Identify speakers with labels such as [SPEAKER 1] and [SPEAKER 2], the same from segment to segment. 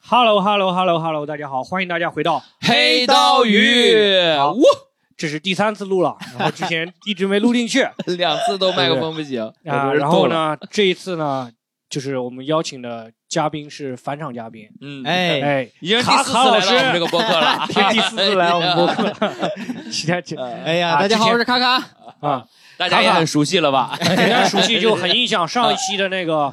[SPEAKER 1] Hello Hello Hello Hello，大家好，欢迎大家回到
[SPEAKER 2] 黑刀鱼
[SPEAKER 1] 好
[SPEAKER 2] 哇
[SPEAKER 1] 这是第三次录了，然后之前一直没录进去啊、
[SPEAKER 2] 两次都麦克风不行 我就是
[SPEAKER 1] 然后
[SPEAKER 2] 够了
[SPEAKER 1] 呢，这一次呢，就是我们邀请的嘉宾是返场嘉宾，
[SPEAKER 2] 嗯，
[SPEAKER 3] 哎
[SPEAKER 1] 哎，
[SPEAKER 2] 已经第
[SPEAKER 1] 卡
[SPEAKER 2] 四次
[SPEAKER 1] 卡老
[SPEAKER 2] 来
[SPEAKER 1] 师，
[SPEAKER 2] 到我们这个播客了
[SPEAKER 1] 第第四次来我们播
[SPEAKER 2] 哎
[SPEAKER 1] 客，期待期
[SPEAKER 2] 呃
[SPEAKER 3] 哎
[SPEAKER 1] 啊
[SPEAKER 3] 呀，大家
[SPEAKER 1] 之
[SPEAKER 3] 好，
[SPEAKER 1] 前
[SPEAKER 3] 我是卡卡。
[SPEAKER 1] 啊，
[SPEAKER 2] 大家也很熟悉了吧？
[SPEAKER 1] 简单熟悉就很印象上一期的那个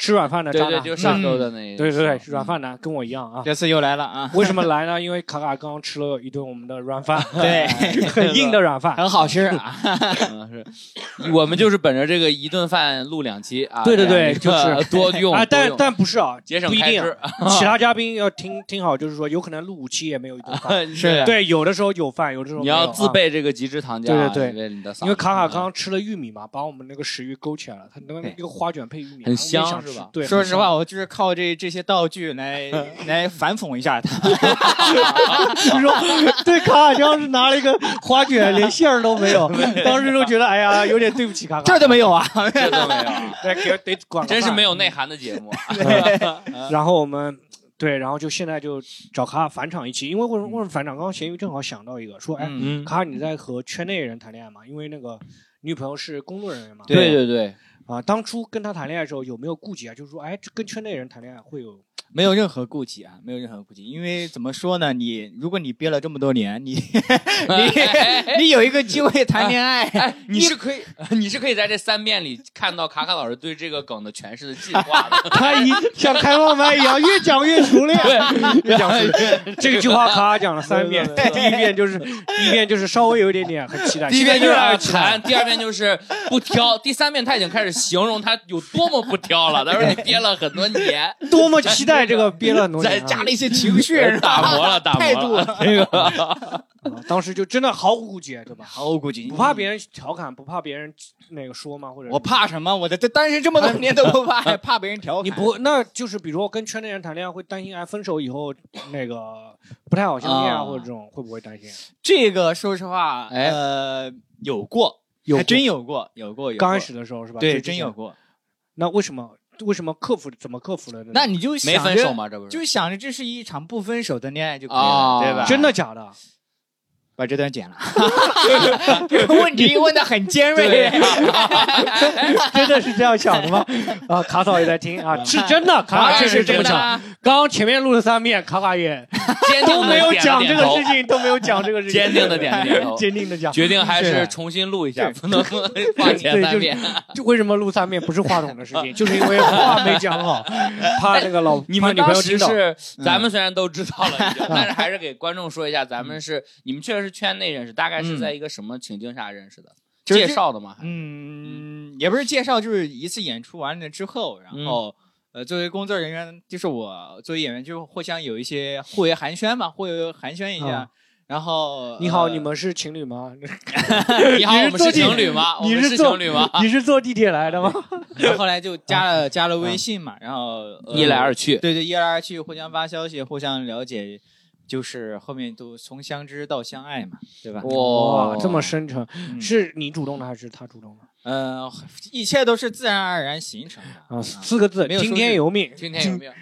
[SPEAKER 1] 吃软饭的
[SPEAKER 2] 对
[SPEAKER 1] 渣
[SPEAKER 2] 对，
[SPEAKER 1] 男，
[SPEAKER 2] 就上周的那
[SPEAKER 1] 嗯
[SPEAKER 2] 一
[SPEAKER 1] 对对对，软饭男跟我一样啊。
[SPEAKER 3] 这次又来了啊！
[SPEAKER 1] 为什么来呢？因为卡卡刚刚吃了一顿我们的软饭，
[SPEAKER 3] 对，
[SPEAKER 1] 很硬的软饭。
[SPEAKER 3] 很好吃啊！
[SPEAKER 2] 嗯是，我们就是本着这个一顿饭录两期啊，
[SPEAKER 1] 对对对
[SPEAKER 2] 这样一个多用
[SPEAKER 1] 啊，
[SPEAKER 2] 多
[SPEAKER 1] 但
[SPEAKER 2] 用
[SPEAKER 1] 但不是啊，
[SPEAKER 2] 节省
[SPEAKER 1] 不一
[SPEAKER 2] 开
[SPEAKER 1] 定啊
[SPEAKER 2] 支，嗯
[SPEAKER 1] 其他嘉宾要听听好，就是说有可能录五期也没有一顿 饭。
[SPEAKER 3] 是的，
[SPEAKER 1] 对，有的时候有饭，有的时候
[SPEAKER 2] 你
[SPEAKER 1] 没有啊
[SPEAKER 2] 要自。备这个极致糖浆啊，
[SPEAKER 1] 对对
[SPEAKER 2] 对，为你的嗓子
[SPEAKER 1] 因为卡卡刚刚吃了玉米嘛，把我们那个食欲勾起来了。他那个
[SPEAKER 3] 对
[SPEAKER 1] 一个花卷配玉米，
[SPEAKER 2] 很
[SPEAKER 1] 我们也想
[SPEAKER 2] 香
[SPEAKER 1] 吃
[SPEAKER 2] 是吧
[SPEAKER 1] 对，
[SPEAKER 3] 说
[SPEAKER 1] 很
[SPEAKER 3] 实
[SPEAKER 1] 香
[SPEAKER 3] 话，，我就是靠这这些道具 来来反讽一下 他。
[SPEAKER 1] 就是
[SPEAKER 2] 啊
[SPEAKER 1] 说 对卡卡当时拿了一个花卷，连馅儿都没有， 当时都觉得哎呀，有点对不起卡卡。
[SPEAKER 3] 这儿都没有啊！
[SPEAKER 2] 嗯这都没有，
[SPEAKER 1] 对，给得管个
[SPEAKER 2] 真是
[SPEAKER 1] 饭
[SPEAKER 2] 没有内涵的节目。
[SPEAKER 1] 啊 然后我们对，然后就现在就找卡卡返场一期，因为为什么为什么返场？刚刚咸鱼正好想到一个，说哎，
[SPEAKER 3] 嗯，
[SPEAKER 1] 卡卡你在和圈内人谈恋爱吗？因为那个女朋友是工作人员嘛。
[SPEAKER 3] 对
[SPEAKER 2] 对对，
[SPEAKER 1] 啊，当初跟他谈恋爱的时候有没有顾忌啊？就是说，哎，这跟圈内人谈恋爱会 有
[SPEAKER 3] 没有任何顾忌啊，没有任何顾忌，因为怎么说呢？你如果你憋了这么多年，你 你你有一个机会谈恋爱，
[SPEAKER 2] 哎，你是可以，你是可以在这三遍里看到卡卡老师对这个梗的诠释的进化 的。
[SPEAKER 1] 他一像开放麦一样，越讲越熟练。越讲
[SPEAKER 3] 哎
[SPEAKER 1] 越熟练。这句话卡卡讲了三 遍，第一遍就是第一遍就是稍微有一点点很期待，
[SPEAKER 2] 第一遍
[SPEAKER 1] 现在
[SPEAKER 2] 就是
[SPEAKER 1] 越来
[SPEAKER 2] 要
[SPEAKER 1] 越期待了
[SPEAKER 2] 馋，第二遍就是不挑，第三遍他已经开始形容他有多么不挑了。他说你憋了很多年，
[SPEAKER 1] 多么期待这个憋了很 多
[SPEAKER 2] 在
[SPEAKER 1] 年啊。
[SPEAKER 3] 加了一些情绪，是吧
[SPEAKER 2] 打磨了，打
[SPEAKER 3] 态
[SPEAKER 2] 磨
[SPEAKER 3] 度
[SPEAKER 2] 了。这个
[SPEAKER 1] 啊当时就真的毫无顾忌，啊对吧？
[SPEAKER 3] 哎毫无顾忌。
[SPEAKER 1] 不怕别人调侃，不怕别人那个说吗？或者
[SPEAKER 3] 我怕什么？我的这单身这么多年都不怕，还怕别人调侃？
[SPEAKER 1] 你不，那就是比如说跟圈内人谈恋爱会担心，哎，分手以后那个不太好相见啊，
[SPEAKER 3] 啊
[SPEAKER 1] 或者这种会不会担心？啊
[SPEAKER 3] 这个？说实话，
[SPEAKER 2] 哎
[SPEAKER 3] 呃，有过，
[SPEAKER 1] 有
[SPEAKER 3] 还真有过，有过，有过
[SPEAKER 1] 刚开始的时候是吧？
[SPEAKER 3] 对，
[SPEAKER 1] 之
[SPEAKER 3] 真
[SPEAKER 1] 前
[SPEAKER 3] 有。过。
[SPEAKER 1] 那为什么为什么克服怎么克服了呢？
[SPEAKER 3] 那你就
[SPEAKER 2] 没
[SPEAKER 3] 想
[SPEAKER 2] 分
[SPEAKER 3] 着
[SPEAKER 2] 手吗？这不是
[SPEAKER 3] 就想着这是一场不分手的恋爱就可以了，
[SPEAKER 2] 啊
[SPEAKER 3] 对吧？
[SPEAKER 1] 真的假 的？
[SPEAKER 3] 把这段剪了，这个问题问的很尖锐。
[SPEAKER 1] 真的是这样想的吗？啊，卡嫂也在听啊，是
[SPEAKER 2] 嗯
[SPEAKER 1] 真的，卡卡确实这么想。
[SPEAKER 2] 想，
[SPEAKER 1] 刚刚前面录了三遍，卡卡也
[SPEAKER 2] 坚定
[SPEAKER 1] 都没有讲这个事
[SPEAKER 2] 情，
[SPEAKER 1] 情，都没有讲这个事情，
[SPEAKER 2] 坚定的点着点 头
[SPEAKER 1] 坚定的讲。
[SPEAKER 2] 决定还
[SPEAKER 3] 是
[SPEAKER 2] 是
[SPEAKER 3] 的
[SPEAKER 2] 重新录一下，不能放前三遍。
[SPEAKER 1] 就为什么录三遍不是话筒的事情，就是因为话没讲 好，怕那个老
[SPEAKER 2] 哎你
[SPEAKER 1] 怕
[SPEAKER 2] 们
[SPEAKER 1] 女朋
[SPEAKER 2] 当
[SPEAKER 1] 友嗯
[SPEAKER 2] 时
[SPEAKER 1] 听到。
[SPEAKER 2] 是，咱们虽然都知道了已经， 但是还是给观众说一下，咱
[SPEAKER 1] 嗯
[SPEAKER 2] 们是你们确实是圈内认识，大概是在一个什么情境下认识的？
[SPEAKER 3] 就是
[SPEAKER 2] 介绍的吗？还
[SPEAKER 3] 嗯，也不是介绍，就是一次演出完了之后，然
[SPEAKER 2] 嗯
[SPEAKER 3] 后、呃，作为工作人员，就是我作为演员，就互相有一些互为寒暄吧，互为寒暄一
[SPEAKER 2] 嗯
[SPEAKER 3] 下。
[SPEAKER 1] 啊
[SPEAKER 3] 然后
[SPEAKER 1] 你好，
[SPEAKER 3] 呃
[SPEAKER 1] 你们是情侣吗？
[SPEAKER 2] 你好，
[SPEAKER 1] 你是
[SPEAKER 2] 我们是
[SPEAKER 1] 坐地
[SPEAKER 2] 情侣吗？啊我
[SPEAKER 1] 你
[SPEAKER 2] 们
[SPEAKER 1] 是
[SPEAKER 2] 是
[SPEAKER 1] 坐
[SPEAKER 2] 情 侣吗？
[SPEAKER 1] 你是坐地铁来的吗？
[SPEAKER 3] 然后后来就加了加了微信嘛，然后、呃
[SPEAKER 2] 嗯一来二去，
[SPEAKER 3] 对对，一来二去互相发消息，互相了解，就是后面都从相知到相爱嘛，对吧？
[SPEAKER 2] 哦
[SPEAKER 1] 哇，这么深沉，
[SPEAKER 3] 嗯
[SPEAKER 1] 是你主动的还是他主动的？
[SPEAKER 3] 呃，一切都是自然而然形成的
[SPEAKER 1] 啊，四个字，
[SPEAKER 3] 没有
[SPEAKER 1] 听
[SPEAKER 3] 说
[SPEAKER 1] 天
[SPEAKER 3] 是
[SPEAKER 1] 由命。
[SPEAKER 2] 今天有没有？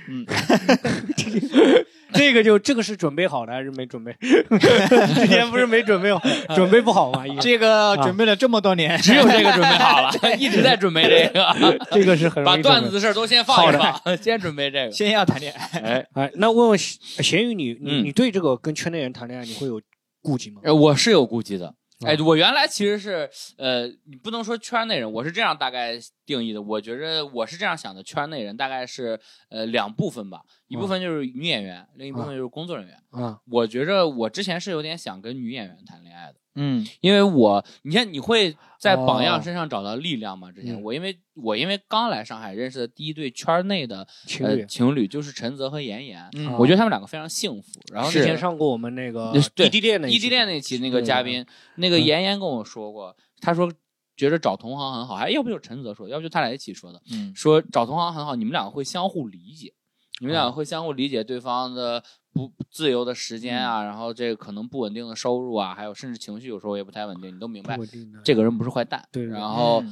[SPEAKER 1] 这个就这个是准备好的还是没准备？ 之前不是没准备好，准备不好嘛？一直
[SPEAKER 3] 这个
[SPEAKER 1] 啊
[SPEAKER 3] 准备了这么多年，
[SPEAKER 2] 只有这个准备好 了，一直在准备这个，
[SPEAKER 1] 这个 是很容
[SPEAKER 2] 把
[SPEAKER 1] 易
[SPEAKER 2] 段
[SPEAKER 1] 准
[SPEAKER 2] 子
[SPEAKER 1] 备
[SPEAKER 2] 的事儿都先放一放，先准备这个。
[SPEAKER 3] 先要谈恋爱。
[SPEAKER 2] 哎，
[SPEAKER 1] 哎，那问问咸咸鱼你，你
[SPEAKER 2] 嗯
[SPEAKER 1] 你对这个跟圈内人谈恋爱，你会有顾忌吗？
[SPEAKER 2] 呃我是有顾忌的。
[SPEAKER 1] 啊
[SPEAKER 2] 哎，我原来其实是，呃，你不能说圈内人，我是这样大概定义的。我觉着我是这样想的，圈内人大概是，呃，两部分吧，一部分就是女演员，另一部分就是工作人员。
[SPEAKER 1] 啊，
[SPEAKER 2] 我觉着我之前是有点想跟女演员谈恋爱的，
[SPEAKER 3] 嗯，
[SPEAKER 2] 因为我，你看你会在榜
[SPEAKER 1] 哦
[SPEAKER 2] 样身上找到力量嘛？之前、
[SPEAKER 1] 嗯
[SPEAKER 2] 我因为我因为刚来上海认识的第一对圈内的
[SPEAKER 1] 情
[SPEAKER 2] 呃
[SPEAKER 1] 侣，
[SPEAKER 2] 情侣就是陈泽和妍妍，
[SPEAKER 3] 嗯
[SPEAKER 2] 我觉得他们两个非常幸福。然后
[SPEAKER 1] 之
[SPEAKER 2] 那
[SPEAKER 1] 前
[SPEAKER 2] 天
[SPEAKER 1] 上过我们那个
[SPEAKER 2] 对
[SPEAKER 1] 异地恋那
[SPEAKER 2] 异地恋那期那个
[SPEAKER 1] 啊
[SPEAKER 2] 嘉宾，那
[SPEAKER 1] 嗯
[SPEAKER 2] 个妍妍跟我说过，她说觉得找同行很好，还哎要不就是陈泽说，要不就他俩一起说的，
[SPEAKER 3] 嗯
[SPEAKER 2] 说找同行很好，你们两个会相互理解，你们
[SPEAKER 1] 哦
[SPEAKER 2] 两个会相互理解对方的不自由的时间啊，
[SPEAKER 1] 嗯
[SPEAKER 2] 然后这个可能不稳定的收入啊，还有甚至情绪有时候也不太稳定，你都明白
[SPEAKER 1] 不。稳定的
[SPEAKER 2] 这个人不是坏蛋，
[SPEAKER 1] 对对对
[SPEAKER 3] 嗯
[SPEAKER 1] 哎
[SPEAKER 2] 然后，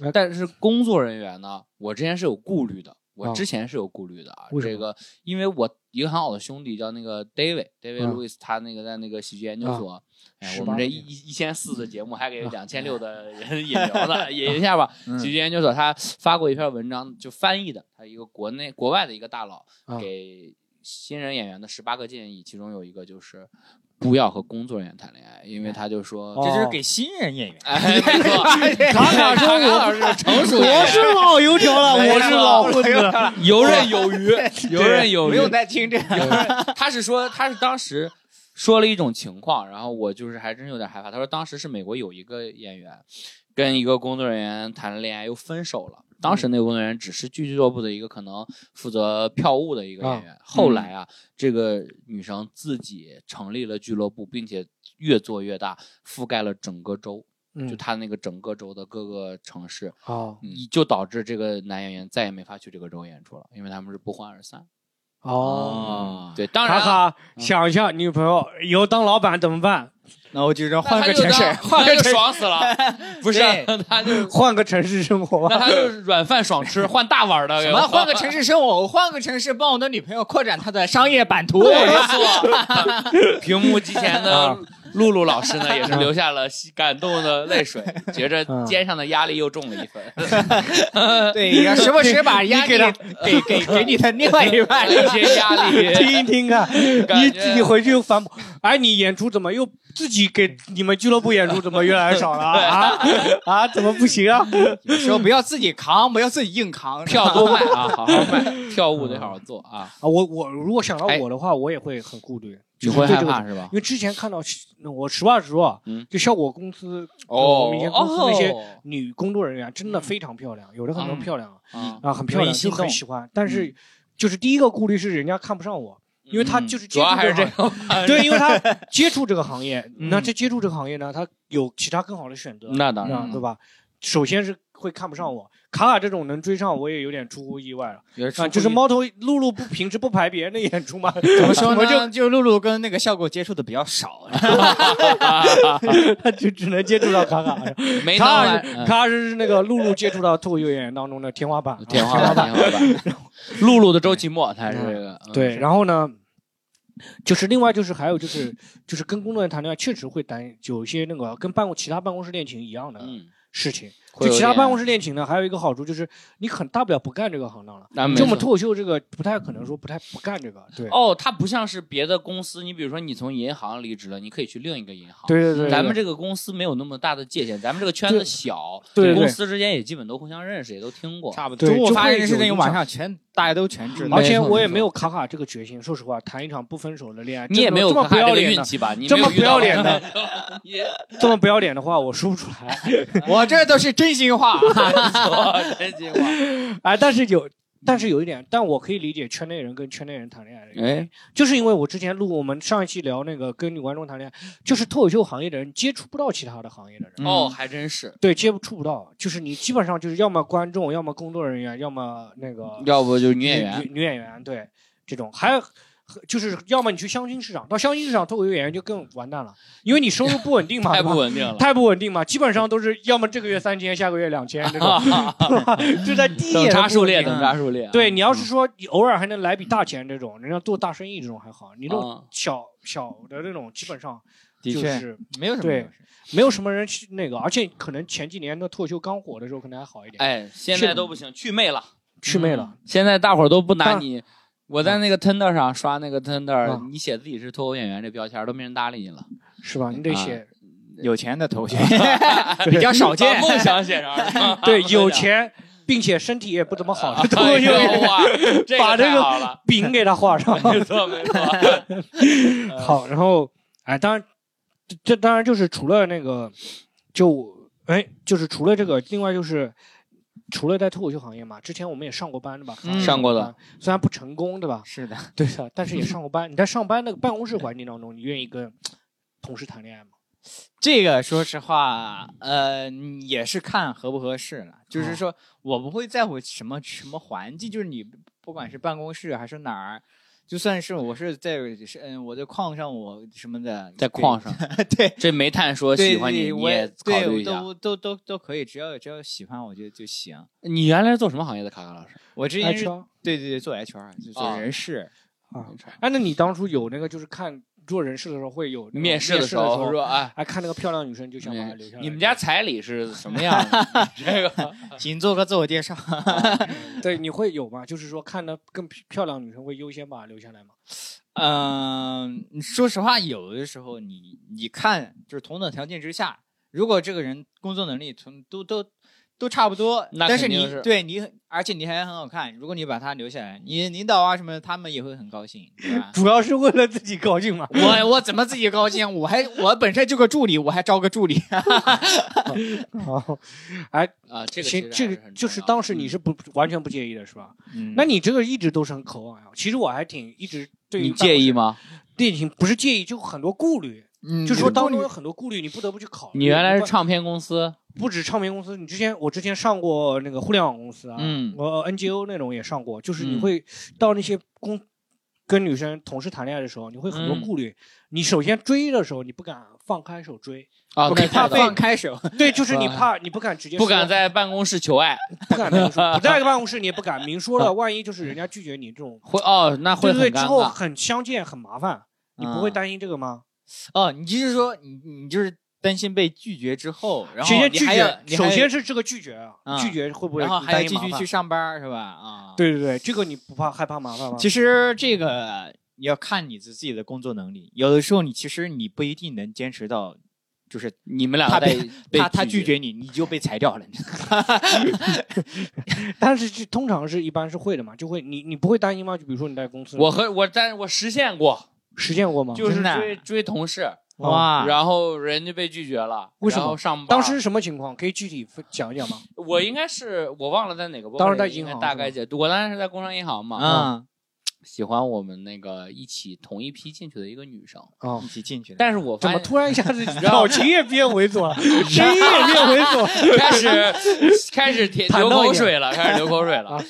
[SPEAKER 2] 呃，但是工作人员呢，我之前是有顾虑的，我之前是有顾虑的啊，
[SPEAKER 1] 为什
[SPEAKER 2] 这
[SPEAKER 1] 么
[SPEAKER 2] 个因为我一个很好的兄弟叫那个 David David
[SPEAKER 1] 啊
[SPEAKER 2] Lewis，他那个在那个喜剧研究所，哎，我
[SPEAKER 1] 18
[SPEAKER 2] 们这
[SPEAKER 1] 年
[SPEAKER 2] 一一一千四的节目还给
[SPEAKER 1] 啊
[SPEAKER 2] 两千
[SPEAKER 1] 哎
[SPEAKER 2] 六的人引流 呢，引一下吧。
[SPEAKER 3] 嗯
[SPEAKER 2] 喜剧研究所他发过一篇文章，就翻译的，他一个国内国外的一个大佬
[SPEAKER 1] 啊
[SPEAKER 2] 给新人演员的十八个建议，其中有一个就是不要和工作人员谈恋爱，因为他就说。
[SPEAKER 1] 哦
[SPEAKER 3] 这就是给新人演员。
[SPEAKER 2] 哎，没错，哎
[SPEAKER 1] 卡卡说
[SPEAKER 2] 卡老师是成熟演员，
[SPEAKER 1] 我是老油条了，
[SPEAKER 2] 没
[SPEAKER 1] 我是 老混
[SPEAKER 2] 错
[SPEAKER 1] 子，
[SPEAKER 2] 游刃有余，游刃有余。
[SPEAKER 3] 没有在听这个，
[SPEAKER 2] 他是说他是当时说了一种情况，然后我就是还真有点害怕。他说当时是美国有一个演员跟一个工作人员谈了恋爱，又分手了。当时那个工作人员只是剧俱乐部的一个可能负责票务的一个演员。后来啊，这个女生自己成立了俱乐部，并且越做越大，覆盖了整个州，就
[SPEAKER 1] 嗯，
[SPEAKER 2] 她那个整个州的各个城市，
[SPEAKER 1] 哦
[SPEAKER 2] 以就导致这个男演员再也没法去这个州演出了，因为他们是不欢而散。嗯
[SPEAKER 1] 哦。
[SPEAKER 3] 哦
[SPEAKER 2] 对，当然
[SPEAKER 1] 卡
[SPEAKER 2] 了
[SPEAKER 1] 卡，想一下女朋友以后当老板怎么办？
[SPEAKER 3] 那我就说
[SPEAKER 2] 那
[SPEAKER 3] 换
[SPEAKER 2] 他
[SPEAKER 3] 个
[SPEAKER 2] 就
[SPEAKER 3] 城市啊
[SPEAKER 2] 当，
[SPEAKER 3] 换
[SPEAKER 2] 那
[SPEAKER 3] 个
[SPEAKER 2] 就
[SPEAKER 3] 城市。
[SPEAKER 2] 爽死了，不是
[SPEAKER 3] 对？
[SPEAKER 2] 他就
[SPEAKER 1] 换个城市生活
[SPEAKER 2] 那
[SPEAKER 1] 吧。
[SPEAKER 2] 他就是软饭爽吃，换大碗的，
[SPEAKER 3] 什么？换个城市生活，我换个城市帮我的女朋友扩展她的商业版图。
[SPEAKER 2] 对？没错，屏幕机前的
[SPEAKER 1] 啊
[SPEAKER 2] 露露老师呢，也是流下了感动的泪水，觉着肩上的压力又重了一分。
[SPEAKER 3] 对， 要时不时把
[SPEAKER 1] 你
[SPEAKER 3] 压力
[SPEAKER 1] 给她
[SPEAKER 3] 给给给你的另外一半。
[SPEAKER 2] 有些压 力，
[SPEAKER 1] 听一听看，
[SPEAKER 2] 感
[SPEAKER 1] 你
[SPEAKER 2] 觉
[SPEAKER 1] 自己回去又反驳。哎，你演出怎么又自己给你们俱乐部演出怎么越来越少了啊？啊啊，怎么不行啊？
[SPEAKER 3] 有时候不要自己扛，不要自己硬扛。
[SPEAKER 2] 票多卖啊，好好卖，票务得好好做啊。
[SPEAKER 1] 啊，我我如果想到
[SPEAKER 2] 哎
[SPEAKER 1] 我的话，我也会很顾虑，
[SPEAKER 2] 你会
[SPEAKER 1] 对
[SPEAKER 2] 害
[SPEAKER 1] 这个
[SPEAKER 2] 怕是吧
[SPEAKER 1] 因？为之前看到我实话实说啊
[SPEAKER 2] 嗯，
[SPEAKER 1] 就效果公司
[SPEAKER 2] 哦
[SPEAKER 1] 我们以前公司那些女工作人员真的非常漂亮，有的很多
[SPEAKER 2] 嗯
[SPEAKER 1] 漂亮啊
[SPEAKER 2] 啊，
[SPEAKER 1] 啊，很漂亮，
[SPEAKER 2] 容易心
[SPEAKER 1] 就
[SPEAKER 2] 动嗯
[SPEAKER 1] 很喜欢。但是就是第一个顾虑是人家看不上我，因为他就是
[SPEAKER 2] 嗯主要还是这
[SPEAKER 1] 接
[SPEAKER 2] 个，
[SPEAKER 1] 对， 因为他接触这个行业，
[SPEAKER 2] 嗯
[SPEAKER 1] 那这接触这个行业呢，他有其他更好的选择，
[SPEAKER 2] 那嗯当
[SPEAKER 1] 那
[SPEAKER 2] 然
[SPEAKER 1] 对吧？首先是会看不上我，卡卡这种能追上我也有点出乎意外了
[SPEAKER 2] 有点出
[SPEAKER 1] 啊！
[SPEAKER 2] 乎
[SPEAKER 1] 就是
[SPEAKER 2] 意
[SPEAKER 1] 猫头露露不平时不排别人的演 出吗？
[SPEAKER 3] 怎 么说呢？
[SPEAKER 1] 我就
[SPEAKER 3] 就就露露跟那个效果接触的比较少，
[SPEAKER 1] 他 就只能接触到卡卡了。
[SPEAKER 2] 没
[SPEAKER 1] 卡卡
[SPEAKER 2] 当完
[SPEAKER 1] 是
[SPEAKER 2] 嗯
[SPEAKER 1] 卡卡是那个露露接触到脱口秀演员当中的天花板啊，
[SPEAKER 2] 天花板，天花板。 露露的周奇墨，啊他是这个
[SPEAKER 1] 嗯对，，然后呢，就是另外就是还有就是就是跟工作人员谈恋爱，确实会担有一些那个跟办公其他办公室恋情一样的
[SPEAKER 2] 嗯，
[SPEAKER 1] 事情。
[SPEAKER 2] 会
[SPEAKER 1] 就
[SPEAKER 2] 有
[SPEAKER 1] 其他
[SPEAKER 2] 点
[SPEAKER 1] 办公室恋情呢，还有一个好处就是你很大不了不干这个行当了。
[SPEAKER 2] 那嗯没
[SPEAKER 1] 就我们
[SPEAKER 2] 错
[SPEAKER 1] 脱口秀这个不太可能说不太不干这个，对。
[SPEAKER 2] 哦，他不像是别的公司，你比如说你从银行离职了，你可以去另一个银行。
[SPEAKER 1] 对对对，
[SPEAKER 2] 咱们
[SPEAKER 1] 这
[SPEAKER 2] 这个公司没有那么大的界限，咱们这个圈子
[SPEAKER 1] 对
[SPEAKER 2] 小，
[SPEAKER 1] 对对
[SPEAKER 2] 公司之间也基本都互相认识，也都听过。
[SPEAKER 3] 差不
[SPEAKER 1] 多
[SPEAKER 3] 中午
[SPEAKER 1] 就
[SPEAKER 3] 发
[SPEAKER 1] 会
[SPEAKER 3] 生的事
[SPEAKER 1] 有
[SPEAKER 3] 情，
[SPEAKER 1] 影
[SPEAKER 3] 晚
[SPEAKER 1] 响
[SPEAKER 3] 上全大家都全知道
[SPEAKER 1] 而。且
[SPEAKER 2] 没错
[SPEAKER 1] 我
[SPEAKER 2] 没
[SPEAKER 1] 也
[SPEAKER 2] 错
[SPEAKER 1] 没有卡卡这个决心。说实话，谈一场不分手的恋爱，
[SPEAKER 2] 你也
[SPEAKER 1] 这么
[SPEAKER 2] 没有
[SPEAKER 1] 这么不
[SPEAKER 2] 看这
[SPEAKER 1] 要
[SPEAKER 2] 个
[SPEAKER 1] 脸
[SPEAKER 2] 运
[SPEAKER 1] 的，
[SPEAKER 2] 气吧？你
[SPEAKER 1] 这
[SPEAKER 2] 没
[SPEAKER 1] 么
[SPEAKER 2] 有
[SPEAKER 1] 不
[SPEAKER 2] 遇到
[SPEAKER 1] 要脸 的，
[SPEAKER 2] 也
[SPEAKER 1] 这么不要脸的话，我说不出来。
[SPEAKER 3] 我这都是真心 话。
[SPEAKER 2] 不错，真心话。
[SPEAKER 1] 哎，但是有，但是有一点，但我可以理解圈内人跟圈内人谈恋爱的原因，
[SPEAKER 2] 哎，
[SPEAKER 1] 就是因为我之前录我们上一期聊那个跟女观众谈恋爱，就是脱口秀行业的人接触不到其他的行业的人，
[SPEAKER 2] 哦，还真是，
[SPEAKER 1] 对，接触不到，就是你基本上就是要么观众，要么工作人员，要么那个
[SPEAKER 2] 要不就是
[SPEAKER 1] 女
[SPEAKER 2] 女演员。
[SPEAKER 1] 女女演员，对，这种还有。就是要么你去相亲市场，到相亲市场脱口秀演员就更完蛋了，因为你收入不稳 定嘛，
[SPEAKER 2] 太
[SPEAKER 1] 对吧
[SPEAKER 2] 不稳定了，
[SPEAKER 1] 太不稳定嘛，基本上都是要么这个月三千，下个月两千 这种， 就在低一
[SPEAKER 2] 等
[SPEAKER 1] 点
[SPEAKER 2] 差数列，
[SPEAKER 1] 的。
[SPEAKER 3] 嗯
[SPEAKER 2] 等差数列啊。
[SPEAKER 1] 对你要是说你偶尔还能来笔大钱这种，人家做大生意这种还好，你这种
[SPEAKER 2] 嗯，
[SPEAKER 1] 小小的这种基本上
[SPEAKER 3] 的
[SPEAKER 1] 就
[SPEAKER 3] 确
[SPEAKER 1] 是
[SPEAKER 3] 没有什么
[SPEAKER 1] 对
[SPEAKER 3] 优势，
[SPEAKER 1] 没有什么人去那个，而且可能前几年的脱口秀刚火的时候可能还好一点，
[SPEAKER 2] 哎，嗯现
[SPEAKER 1] 是
[SPEAKER 2] 在都不行，祛魅了。
[SPEAKER 1] 祛魅了。
[SPEAKER 2] 现在大伙儿都不拿
[SPEAKER 1] 但
[SPEAKER 2] 你。我在那个 Tender 上刷那个 Tender，、
[SPEAKER 1] 嗯
[SPEAKER 2] 你写自己是脱口演员这标签儿都没人搭理你了，
[SPEAKER 1] 是吧？你得写。
[SPEAKER 3] 有钱的 头衔比较少
[SPEAKER 2] 把
[SPEAKER 3] 见。
[SPEAKER 2] 梦想写上了
[SPEAKER 1] 对 有钱，并且身体也不怎么好的脱口秀演员，
[SPEAKER 2] 啊哎哇，这
[SPEAKER 1] 把这
[SPEAKER 2] 太
[SPEAKER 1] 个
[SPEAKER 2] 好了，
[SPEAKER 1] 饼给他画上。
[SPEAKER 2] 没错没错。
[SPEAKER 1] 好，然后哎，当然，这这当然就是除了那个，就哎，就是除了这个，另外就是除了在脱口秀行业嘛，之前我们也上过班的吧？
[SPEAKER 3] 嗯
[SPEAKER 2] 上过的
[SPEAKER 1] 班，虽然不成功，对吧？
[SPEAKER 3] 是的，
[SPEAKER 1] 对的，但是也上过班。你在上班那个办公室环境当中，你愿意跟同事谈恋爱吗？
[SPEAKER 3] 这个说实话，呃，也是看合不合适了。
[SPEAKER 2] 哦
[SPEAKER 3] 就是说我不会在乎什么什么环境，就是你不管是办公室还是哪儿，就算是我是在是嗯我在矿上我什么的，
[SPEAKER 2] 在 矿上，
[SPEAKER 3] 对
[SPEAKER 2] 这煤炭说
[SPEAKER 3] 对
[SPEAKER 2] 喜欢你，
[SPEAKER 3] 对
[SPEAKER 2] 你
[SPEAKER 3] 我也
[SPEAKER 2] 考
[SPEAKER 3] 对
[SPEAKER 2] 虑一下。
[SPEAKER 3] 都都都都可以，只要只要喜欢我就就行。
[SPEAKER 2] 你原来是做什么行业的？卡卡老师，
[SPEAKER 3] 我之前是
[SPEAKER 1] HR
[SPEAKER 3] 对对对做 HR 就做
[SPEAKER 2] 啊
[SPEAKER 3] 人事，
[SPEAKER 1] 啊，哎，那你当初有那个就是看做人事的时候会有那个
[SPEAKER 2] 面试
[SPEAKER 1] 的
[SPEAKER 2] 的时候说哎。
[SPEAKER 1] 哎，看那个漂亮女生就想把她
[SPEAKER 2] 面
[SPEAKER 1] 留下来。
[SPEAKER 2] 你们家彩礼是什么样的？这个
[SPEAKER 3] 请做个自我介绍。
[SPEAKER 1] 对你会有吗？就是说看的更漂亮的女生会优先把她留下来吗？？
[SPEAKER 3] 嗯，说实话，有的时候你你看，就是同等条件之下，如果这个人工作能力从都都都差不多，
[SPEAKER 2] 那
[SPEAKER 3] 但是
[SPEAKER 2] 肯定
[SPEAKER 3] 你
[SPEAKER 2] 是
[SPEAKER 3] 对你，而且你还很好看，如果你把他留下来，你领导啊什么的，他们也会很高兴，对吧
[SPEAKER 1] 主要是为了自己高兴嘛。
[SPEAKER 3] 我我怎么自己高兴？我还我本身就个助理，我还招个助理，
[SPEAKER 1] 好，
[SPEAKER 2] 啊，这个
[SPEAKER 1] 其
[SPEAKER 2] 其
[SPEAKER 1] 实这
[SPEAKER 2] 实还
[SPEAKER 1] 个
[SPEAKER 2] 是很
[SPEAKER 1] 就是
[SPEAKER 2] 重要嗯
[SPEAKER 1] 当时你是不完全不介意的是吧？
[SPEAKER 3] 嗯
[SPEAKER 1] 那你这个一直都是很渴望呀。其实我还挺一直对于
[SPEAKER 2] 你介意
[SPEAKER 1] 办
[SPEAKER 2] 吗？
[SPEAKER 1] 公室？恋情不是介意，就很多顾虑，
[SPEAKER 3] 嗯
[SPEAKER 1] 就是说当中有很多顾虑，你不得不去考虑。
[SPEAKER 2] 你原来
[SPEAKER 1] 你
[SPEAKER 2] 是
[SPEAKER 1] 不
[SPEAKER 2] 唱片公司，
[SPEAKER 1] 不止唱片公司，你之前我之前上过那个互联网公司啊，
[SPEAKER 2] 嗯
[SPEAKER 1] 我 NGO 那种也上过，就是你
[SPEAKER 2] 嗯
[SPEAKER 1] 会到那些公跟女生同事谈恋爱的时候，你会很多
[SPEAKER 2] 嗯
[SPEAKER 1] 顾虑。你首先追的时候，你不敢放开手追，
[SPEAKER 2] 啊，
[SPEAKER 3] 我
[SPEAKER 2] 那太
[SPEAKER 3] 怕
[SPEAKER 2] 早了
[SPEAKER 3] 放开手，
[SPEAKER 1] 对，就是 你怕你不敢直接
[SPEAKER 2] 不敢
[SPEAKER 1] 说
[SPEAKER 2] 在办公室求爱，
[SPEAKER 1] 不敢明 说，不在办公室你也不敢明说了，万一就是人家拒绝你这 种，
[SPEAKER 2] 会哦，那
[SPEAKER 1] 对
[SPEAKER 2] 会
[SPEAKER 1] 对对，
[SPEAKER 2] 很
[SPEAKER 1] 之
[SPEAKER 2] 尴
[SPEAKER 1] 后
[SPEAKER 2] 尬。
[SPEAKER 1] 很相见很麻烦，你
[SPEAKER 3] 嗯
[SPEAKER 1] 不会担心这个吗？
[SPEAKER 3] 哦，你就是说你你就是担心被拒绝之后，然后
[SPEAKER 1] 首先
[SPEAKER 3] 你
[SPEAKER 1] 拒
[SPEAKER 3] 还要
[SPEAKER 1] 绝，
[SPEAKER 3] 你还
[SPEAKER 1] 首
[SPEAKER 3] 要
[SPEAKER 1] 先是这个拒绝啊，
[SPEAKER 3] 嗯
[SPEAKER 1] 拒绝会不会
[SPEAKER 3] 然后
[SPEAKER 1] 你
[SPEAKER 3] 还要
[SPEAKER 1] 担
[SPEAKER 3] 继
[SPEAKER 1] 心
[SPEAKER 3] 续
[SPEAKER 1] 麻
[SPEAKER 3] 去
[SPEAKER 1] 烦？
[SPEAKER 3] 上班是吧？啊，
[SPEAKER 1] 对对对，这个你不怕害怕麻烦吗？
[SPEAKER 3] 其实这个要看你自己的工作能力，有的时候你其实你不一定能坚持到，就是
[SPEAKER 2] 你们俩
[SPEAKER 3] 他
[SPEAKER 2] 在
[SPEAKER 3] 被
[SPEAKER 2] 被
[SPEAKER 3] 他他拒绝你，你就被裁掉了。
[SPEAKER 1] 但是就通常是一般是会的嘛，就会你你不会担心吗？就比如说你在公司，
[SPEAKER 2] 我和我，但是我实现过，
[SPEAKER 1] 实践过吗？
[SPEAKER 2] 就是
[SPEAKER 3] 真的啊
[SPEAKER 2] 追追同事，
[SPEAKER 3] 哇，
[SPEAKER 2] 然后人家被拒绝了，
[SPEAKER 1] 啊为什么
[SPEAKER 2] 然后上班？
[SPEAKER 1] 当时是什么情况？可以具体分讲一讲吗？
[SPEAKER 2] 我应该是我忘了在哪个播客里，
[SPEAKER 1] 当时在银行嗯
[SPEAKER 2] 应该大概解，我当时是在工商银行嘛，
[SPEAKER 3] 啊，
[SPEAKER 2] 喜欢我们那个一起同一批进去的一个女生，
[SPEAKER 1] 啊
[SPEAKER 3] 一，起进去了。
[SPEAKER 2] 但是我
[SPEAKER 1] 怎
[SPEAKER 2] 发
[SPEAKER 1] 么
[SPEAKER 2] 现
[SPEAKER 1] 突然一下子
[SPEAKER 2] 知道
[SPEAKER 1] 表情也变猥琐 了，声音也变猥琐？
[SPEAKER 2] 开始开 始舔
[SPEAKER 1] 坦
[SPEAKER 2] 流
[SPEAKER 1] 荡一点
[SPEAKER 2] 口水了，开始流口水了
[SPEAKER 1] 啊。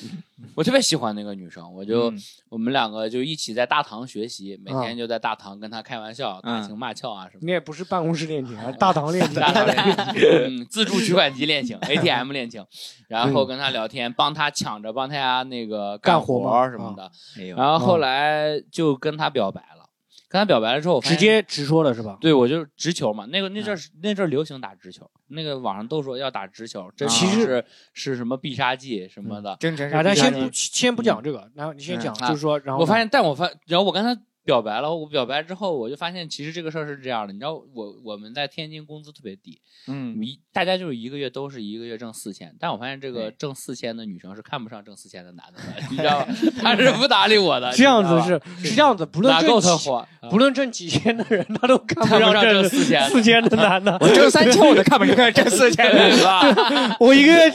[SPEAKER 2] 我特别喜欢那个女生，我就、
[SPEAKER 3] 嗯
[SPEAKER 2] 我们两个就一起在大堂学习，每
[SPEAKER 1] 啊
[SPEAKER 2] 天就在大堂跟她开玩笑、
[SPEAKER 3] 嗯
[SPEAKER 2] 打情骂俏啊什么
[SPEAKER 1] 你也不是办公室恋情啊，大堂恋情
[SPEAKER 2] 的。。 大堂 恋情，嗯，自助取款机恋情，ATM 恋情，然后跟她聊天，帮她抢着帮她那个
[SPEAKER 1] 干
[SPEAKER 2] 干
[SPEAKER 1] 活啊
[SPEAKER 2] 活儿什么的。
[SPEAKER 3] 没有
[SPEAKER 2] 然后后来就跟她表白了，跟她表白了之后，我发
[SPEAKER 1] 直
[SPEAKER 2] 现
[SPEAKER 1] 接啊直说了是吧？
[SPEAKER 2] 对我就直球嘛，那个那阵儿是、那阵儿流行打直球，那个网上都说要打直球，这
[SPEAKER 3] 其
[SPEAKER 2] 是
[SPEAKER 1] 啊实
[SPEAKER 2] 是什么必杀技什么的。
[SPEAKER 3] 真真是
[SPEAKER 1] 啊，咱
[SPEAKER 3] 比较
[SPEAKER 1] 先
[SPEAKER 3] 年
[SPEAKER 1] 不先不讲这个，然后你先讲，
[SPEAKER 2] 嗯
[SPEAKER 1] 就是说，然后
[SPEAKER 2] 我发现，但我发，然后我跟他表白了，我表白之后，我就发现其实这个事儿是这样的，你知道我我们在天津工资特别低，
[SPEAKER 3] 嗯
[SPEAKER 2] 一大家就是一个月都是一个月挣四千，但我发现这个
[SPEAKER 3] 对
[SPEAKER 2] 挣四千的女生是看不上挣四千的男的的，你知道 吗？她是不搭理我的，
[SPEAKER 1] 这样子
[SPEAKER 2] 你知道吧
[SPEAKER 1] 是是这样子，不论
[SPEAKER 2] 哪
[SPEAKER 1] 挣
[SPEAKER 2] 够她
[SPEAKER 1] 几
[SPEAKER 2] 火，嗯
[SPEAKER 1] 不论挣几千的人，他都看不
[SPEAKER 2] 看不
[SPEAKER 1] 上
[SPEAKER 2] 上
[SPEAKER 1] 这
[SPEAKER 2] 挣四千的
[SPEAKER 1] 四千的男的。
[SPEAKER 3] 我挣三千我都看不上挣四千的
[SPEAKER 2] 对吧？
[SPEAKER 1] 我一个月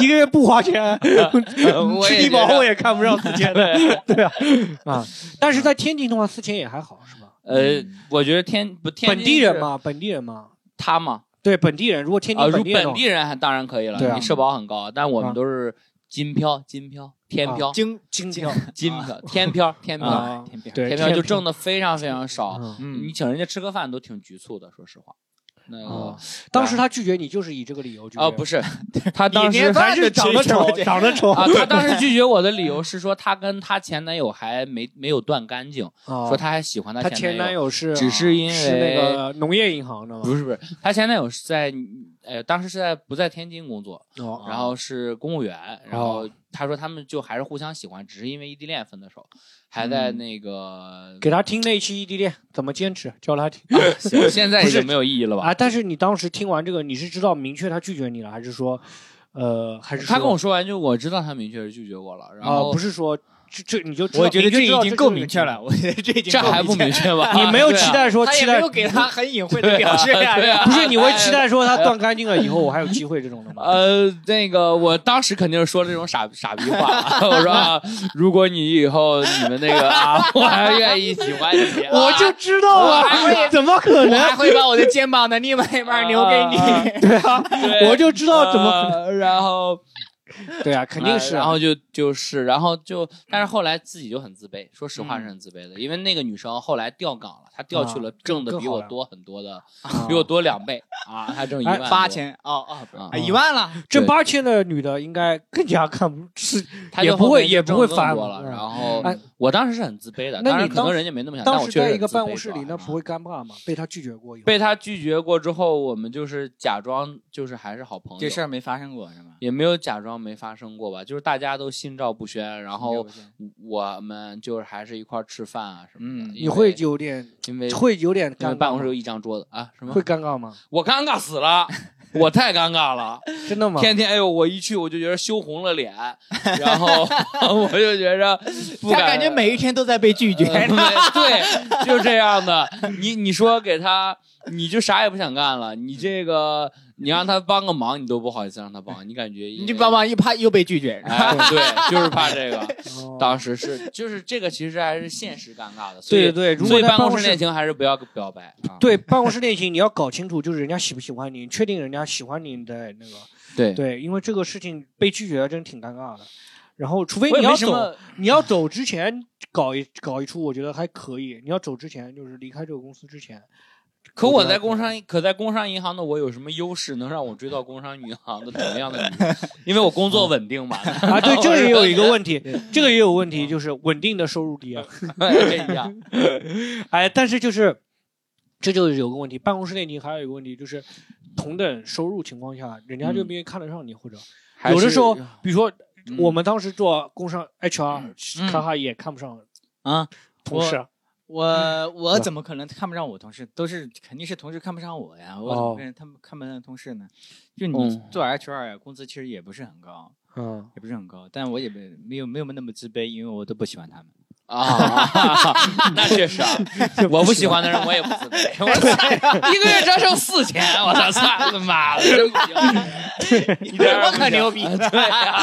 [SPEAKER 1] 一个月不花钱，
[SPEAKER 2] 我
[SPEAKER 1] 吃
[SPEAKER 2] 也
[SPEAKER 1] 低
[SPEAKER 2] 觉
[SPEAKER 1] 保
[SPEAKER 2] 得
[SPEAKER 1] 我也看不上四 千的，对啊，啊，但是在天津的话，四千也还好是吧？
[SPEAKER 2] 呃，我觉得天不天津
[SPEAKER 1] 本地人
[SPEAKER 2] 是
[SPEAKER 1] 嘛，本地人嘛，
[SPEAKER 2] 他嘛，
[SPEAKER 1] 对本地人，如果天
[SPEAKER 2] 啊，
[SPEAKER 1] 津
[SPEAKER 2] 如
[SPEAKER 1] 本地人的
[SPEAKER 2] 本
[SPEAKER 1] 话，
[SPEAKER 2] 地人还当然可以了，
[SPEAKER 1] 对啊
[SPEAKER 2] 你社保很高，但我
[SPEAKER 1] 啊
[SPEAKER 2] 们都是金漂、金漂、天漂、
[SPEAKER 3] 精
[SPEAKER 1] 京津
[SPEAKER 2] 金漂、天漂、 天漂、
[SPEAKER 1] 啊
[SPEAKER 3] 天边
[SPEAKER 1] 对
[SPEAKER 2] 天漂就挣的非常非常少。
[SPEAKER 1] 嗯
[SPEAKER 3] 嗯
[SPEAKER 2] 你请人家吃个饭都挺局促的，说实话。那个
[SPEAKER 1] 啊，当时他拒绝你就是以这个理由拒绝，
[SPEAKER 2] 嗯哦，不是，他当
[SPEAKER 3] 你连
[SPEAKER 2] 时
[SPEAKER 3] 饭
[SPEAKER 1] 还是长得丑， 长得丑
[SPEAKER 2] 啊，他当时拒绝我的理由是说，她跟她前男友还没没有断干净，说
[SPEAKER 1] 说
[SPEAKER 2] 她还喜欢
[SPEAKER 1] 哦他
[SPEAKER 2] 前
[SPEAKER 1] 前男
[SPEAKER 2] 友，
[SPEAKER 1] 友是
[SPEAKER 2] 只是因为
[SPEAKER 1] 是那个农业银行的嘛，
[SPEAKER 2] 不是不是，她前男友是在呃，当时是在不在天津工作，
[SPEAKER 1] 哦
[SPEAKER 2] 然后是公务员，然后他说他们就还是互相喜欢，只是因为异地恋分的手，还
[SPEAKER 1] 嗯
[SPEAKER 2] 在那个、
[SPEAKER 1] 给他听那一期异地恋怎么坚持，教他听
[SPEAKER 2] 行现在
[SPEAKER 1] 不
[SPEAKER 2] 已
[SPEAKER 1] 是
[SPEAKER 2] 经没有意义了吧？
[SPEAKER 1] 啊。但是你当时听完这个，你是知道明确他拒绝你了，还是说，呃，还是
[SPEAKER 2] 他跟
[SPEAKER 1] 说
[SPEAKER 2] 我说完就我知道他明确是拒绝我了，然
[SPEAKER 1] 啊，
[SPEAKER 2] 后、
[SPEAKER 1] 不是说这这你就知道
[SPEAKER 3] 我觉得
[SPEAKER 1] 你就
[SPEAKER 3] 这
[SPEAKER 1] 知道
[SPEAKER 3] 已经够
[SPEAKER 1] 就是
[SPEAKER 3] 明确了，我 觉得这已经
[SPEAKER 2] 这
[SPEAKER 3] 够
[SPEAKER 2] 还不明确吧？
[SPEAKER 1] 你没有
[SPEAKER 2] 对啊
[SPEAKER 1] 期待说
[SPEAKER 3] 他也
[SPEAKER 1] 期
[SPEAKER 3] 没
[SPEAKER 1] 待
[SPEAKER 3] 有给他很隐晦的表示呀，
[SPEAKER 2] 对啊
[SPEAKER 1] 不 是你会期待说他断干净了以后我还有机会这种的吗？
[SPEAKER 2] 呃，那个，我当时肯定是说这种傻傻逼话了。我说、啊， 如果你以后你们那个啊，我还愿意喜欢你，
[SPEAKER 1] 我就知道啊
[SPEAKER 2] 我还，会
[SPEAKER 1] 怎么可
[SPEAKER 3] 我
[SPEAKER 1] 能？
[SPEAKER 3] 还会把我的肩膀的另外一半留给你。
[SPEAKER 2] 啊
[SPEAKER 1] 对啊，
[SPEAKER 2] 对呃
[SPEAKER 1] 我就知道怎么可能。
[SPEAKER 2] 呃然后
[SPEAKER 1] 对啊，肯定是、
[SPEAKER 2] 啊然后就就是，然后就，但是后来自己就很自卑，说实话是很自卑的，因为那个女生后来调岗了，她调去了挣的
[SPEAKER 1] 啊更
[SPEAKER 2] 比
[SPEAKER 1] 好
[SPEAKER 2] 我
[SPEAKER 1] 呀
[SPEAKER 2] 多很多的，
[SPEAKER 1] 啊
[SPEAKER 2] 比我多两倍啊，她挣一
[SPEAKER 1] 哎
[SPEAKER 2] 万
[SPEAKER 3] 八
[SPEAKER 2] 多，
[SPEAKER 3] 千哦哦，不是
[SPEAKER 2] 啊
[SPEAKER 3] 哎一万了，
[SPEAKER 1] 这
[SPEAKER 2] 对
[SPEAKER 1] 八千的女的应该更加看不是
[SPEAKER 2] 她
[SPEAKER 1] 也
[SPEAKER 2] 就
[SPEAKER 1] 不
[SPEAKER 2] 后
[SPEAKER 1] 会
[SPEAKER 2] 面就
[SPEAKER 1] 也不
[SPEAKER 2] 挣
[SPEAKER 1] 会
[SPEAKER 2] 更
[SPEAKER 1] 烦
[SPEAKER 2] 多
[SPEAKER 1] 我
[SPEAKER 2] 了。
[SPEAKER 1] 嗯
[SPEAKER 2] 然后
[SPEAKER 1] 哎
[SPEAKER 2] 我当时是很自卑的，
[SPEAKER 1] 那
[SPEAKER 2] 当
[SPEAKER 1] 你
[SPEAKER 2] 然可能
[SPEAKER 1] 当
[SPEAKER 2] 人家没那么想，但
[SPEAKER 1] 当
[SPEAKER 2] 我
[SPEAKER 1] 时
[SPEAKER 2] 确实
[SPEAKER 1] 在
[SPEAKER 2] 很
[SPEAKER 1] 一个
[SPEAKER 2] 自卑
[SPEAKER 1] 办公室里，
[SPEAKER 2] 状态
[SPEAKER 1] 那
[SPEAKER 2] 啊
[SPEAKER 1] 不会尴尬吗？被他拒绝过以后，
[SPEAKER 2] 被他拒绝过之后，我们就是假装就是还是好朋友，
[SPEAKER 3] 这事儿没发生过是吗？
[SPEAKER 2] 也没有假装没发生过吧，就是大家都心照不宣，然后我们就是还是一块儿吃饭啊什么的。
[SPEAKER 3] 嗯
[SPEAKER 2] 因
[SPEAKER 1] 你会
[SPEAKER 2] 为
[SPEAKER 1] 有点
[SPEAKER 2] 因为
[SPEAKER 1] 会有点
[SPEAKER 2] 因
[SPEAKER 1] 尴
[SPEAKER 2] 为
[SPEAKER 1] 尬，
[SPEAKER 2] 办公室有一张桌子啊，什么
[SPEAKER 1] 会尴尬吗？
[SPEAKER 2] 我尴尬死了，我太尴 尬了，
[SPEAKER 1] 真的吗？
[SPEAKER 2] 天天哎呦，我一去我就觉得羞红了脸，然后 我就觉着不
[SPEAKER 3] 他感觉每一天都在被拒绝，
[SPEAKER 2] 呃 对，就这样的。你你说给他，你就啥也不想干了。你这个，你让他帮个忙，你都不好意思让他帮，你感觉
[SPEAKER 3] 你就帮。忙一怕又被拒绝，
[SPEAKER 2] 哎，对，就是怕这个。
[SPEAKER 1] 哦
[SPEAKER 2] 当时是，就是这个，其实还是现实尴尬的。所
[SPEAKER 1] 对对
[SPEAKER 2] 以，
[SPEAKER 1] 对，如
[SPEAKER 2] 所
[SPEAKER 1] 果
[SPEAKER 2] 以
[SPEAKER 1] 在
[SPEAKER 2] 办
[SPEAKER 1] 办
[SPEAKER 2] 公
[SPEAKER 1] 公
[SPEAKER 2] 室
[SPEAKER 1] 室
[SPEAKER 2] 恋 情还是不要表白啊。
[SPEAKER 1] 对办公室恋情，你要搞清楚，就是人家喜不喜欢你，确定人家喜欢你的那个。
[SPEAKER 2] 对，
[SPEAKER 1] 对，因为这个事情被拒绝了，真挺尴尬的。然后，除非
[SPEAKER 2] 我
[SPEAKER 1] 你
[SPEAKER 2] 也
[SPEAKER 1] 要
[SPEAKER 2] 没什
[SPEAKER 1] 走，
[SPEAKER 2] 么。
[SPEAKER 1] 你要走之前搞一搞一出，我觉得还可以。你要走之前，就是离开这个公司之 前。
[SPEAKER 2] 可
[SPEAKER 1] 我
[SPEAKER 2] 我
[SPEAKER 1] 觉
[SPEAKER 2] 在
[SPEAKER 1] 得
[SPEAKER 2] 工商，可在工商银行的我有什么优势，能让我追到工商银行的同样的女？因为我工作稳定嘛。
[SPEAKER 1] 啊，对，这个也有一个问题
[SPEAKER 2] 对，
[SPEAKER 1] 这个也有问题，就是稳定的收入低啊。
[SPEAKER 2] 这一样。嗯
[SPEAKER 1] 哎，但是就是，这就是有个问题。办公室恋情还有一个问题就是，同等收入情况下，人家这
[SPEAKER 2] 嗯
[SPEAKER 1] 边看得上你，或者
[SPEAKER 2] 还
[SPEAKER 1] 有的
[SPEAKER 2] 是
[SPEAKER 1] 时候，比如说
[SPEAKER 2] 嗯
[SPEAKER 1] 我们当时做工商 HR，
[SPEAKER 3] 嗯
[SPEAKER 1] 卡哈也看不上
[SPEAKER 3] 啊。
[SPEAKER 1] 同事啊。
[SPEAKER 3] 我我怎么可能看不上我同事？都是肯定是同事看不上我呀！我怎么跟他们看不上同事呢？就你
[SPEAKER 2] 哦嗯
[SPEAKER 3] 做 HR 呀，啊工资其实也不是很高，
[SPEAKER 1] 嗯，
[SPEAKER 3] 也不是很高，但我也没没有没有那么自卑，因为我都不喜欢他们。
[SPEAKER 2] 啊，那确实啊，我不喜欢的人我也不自卑，我 操， 一个月只要挣四千，我操，算了妈的，真不行， 一点儿也不行
[SPEAKER 3] 我可牛 逼
[SPEAKER 2] 对呀，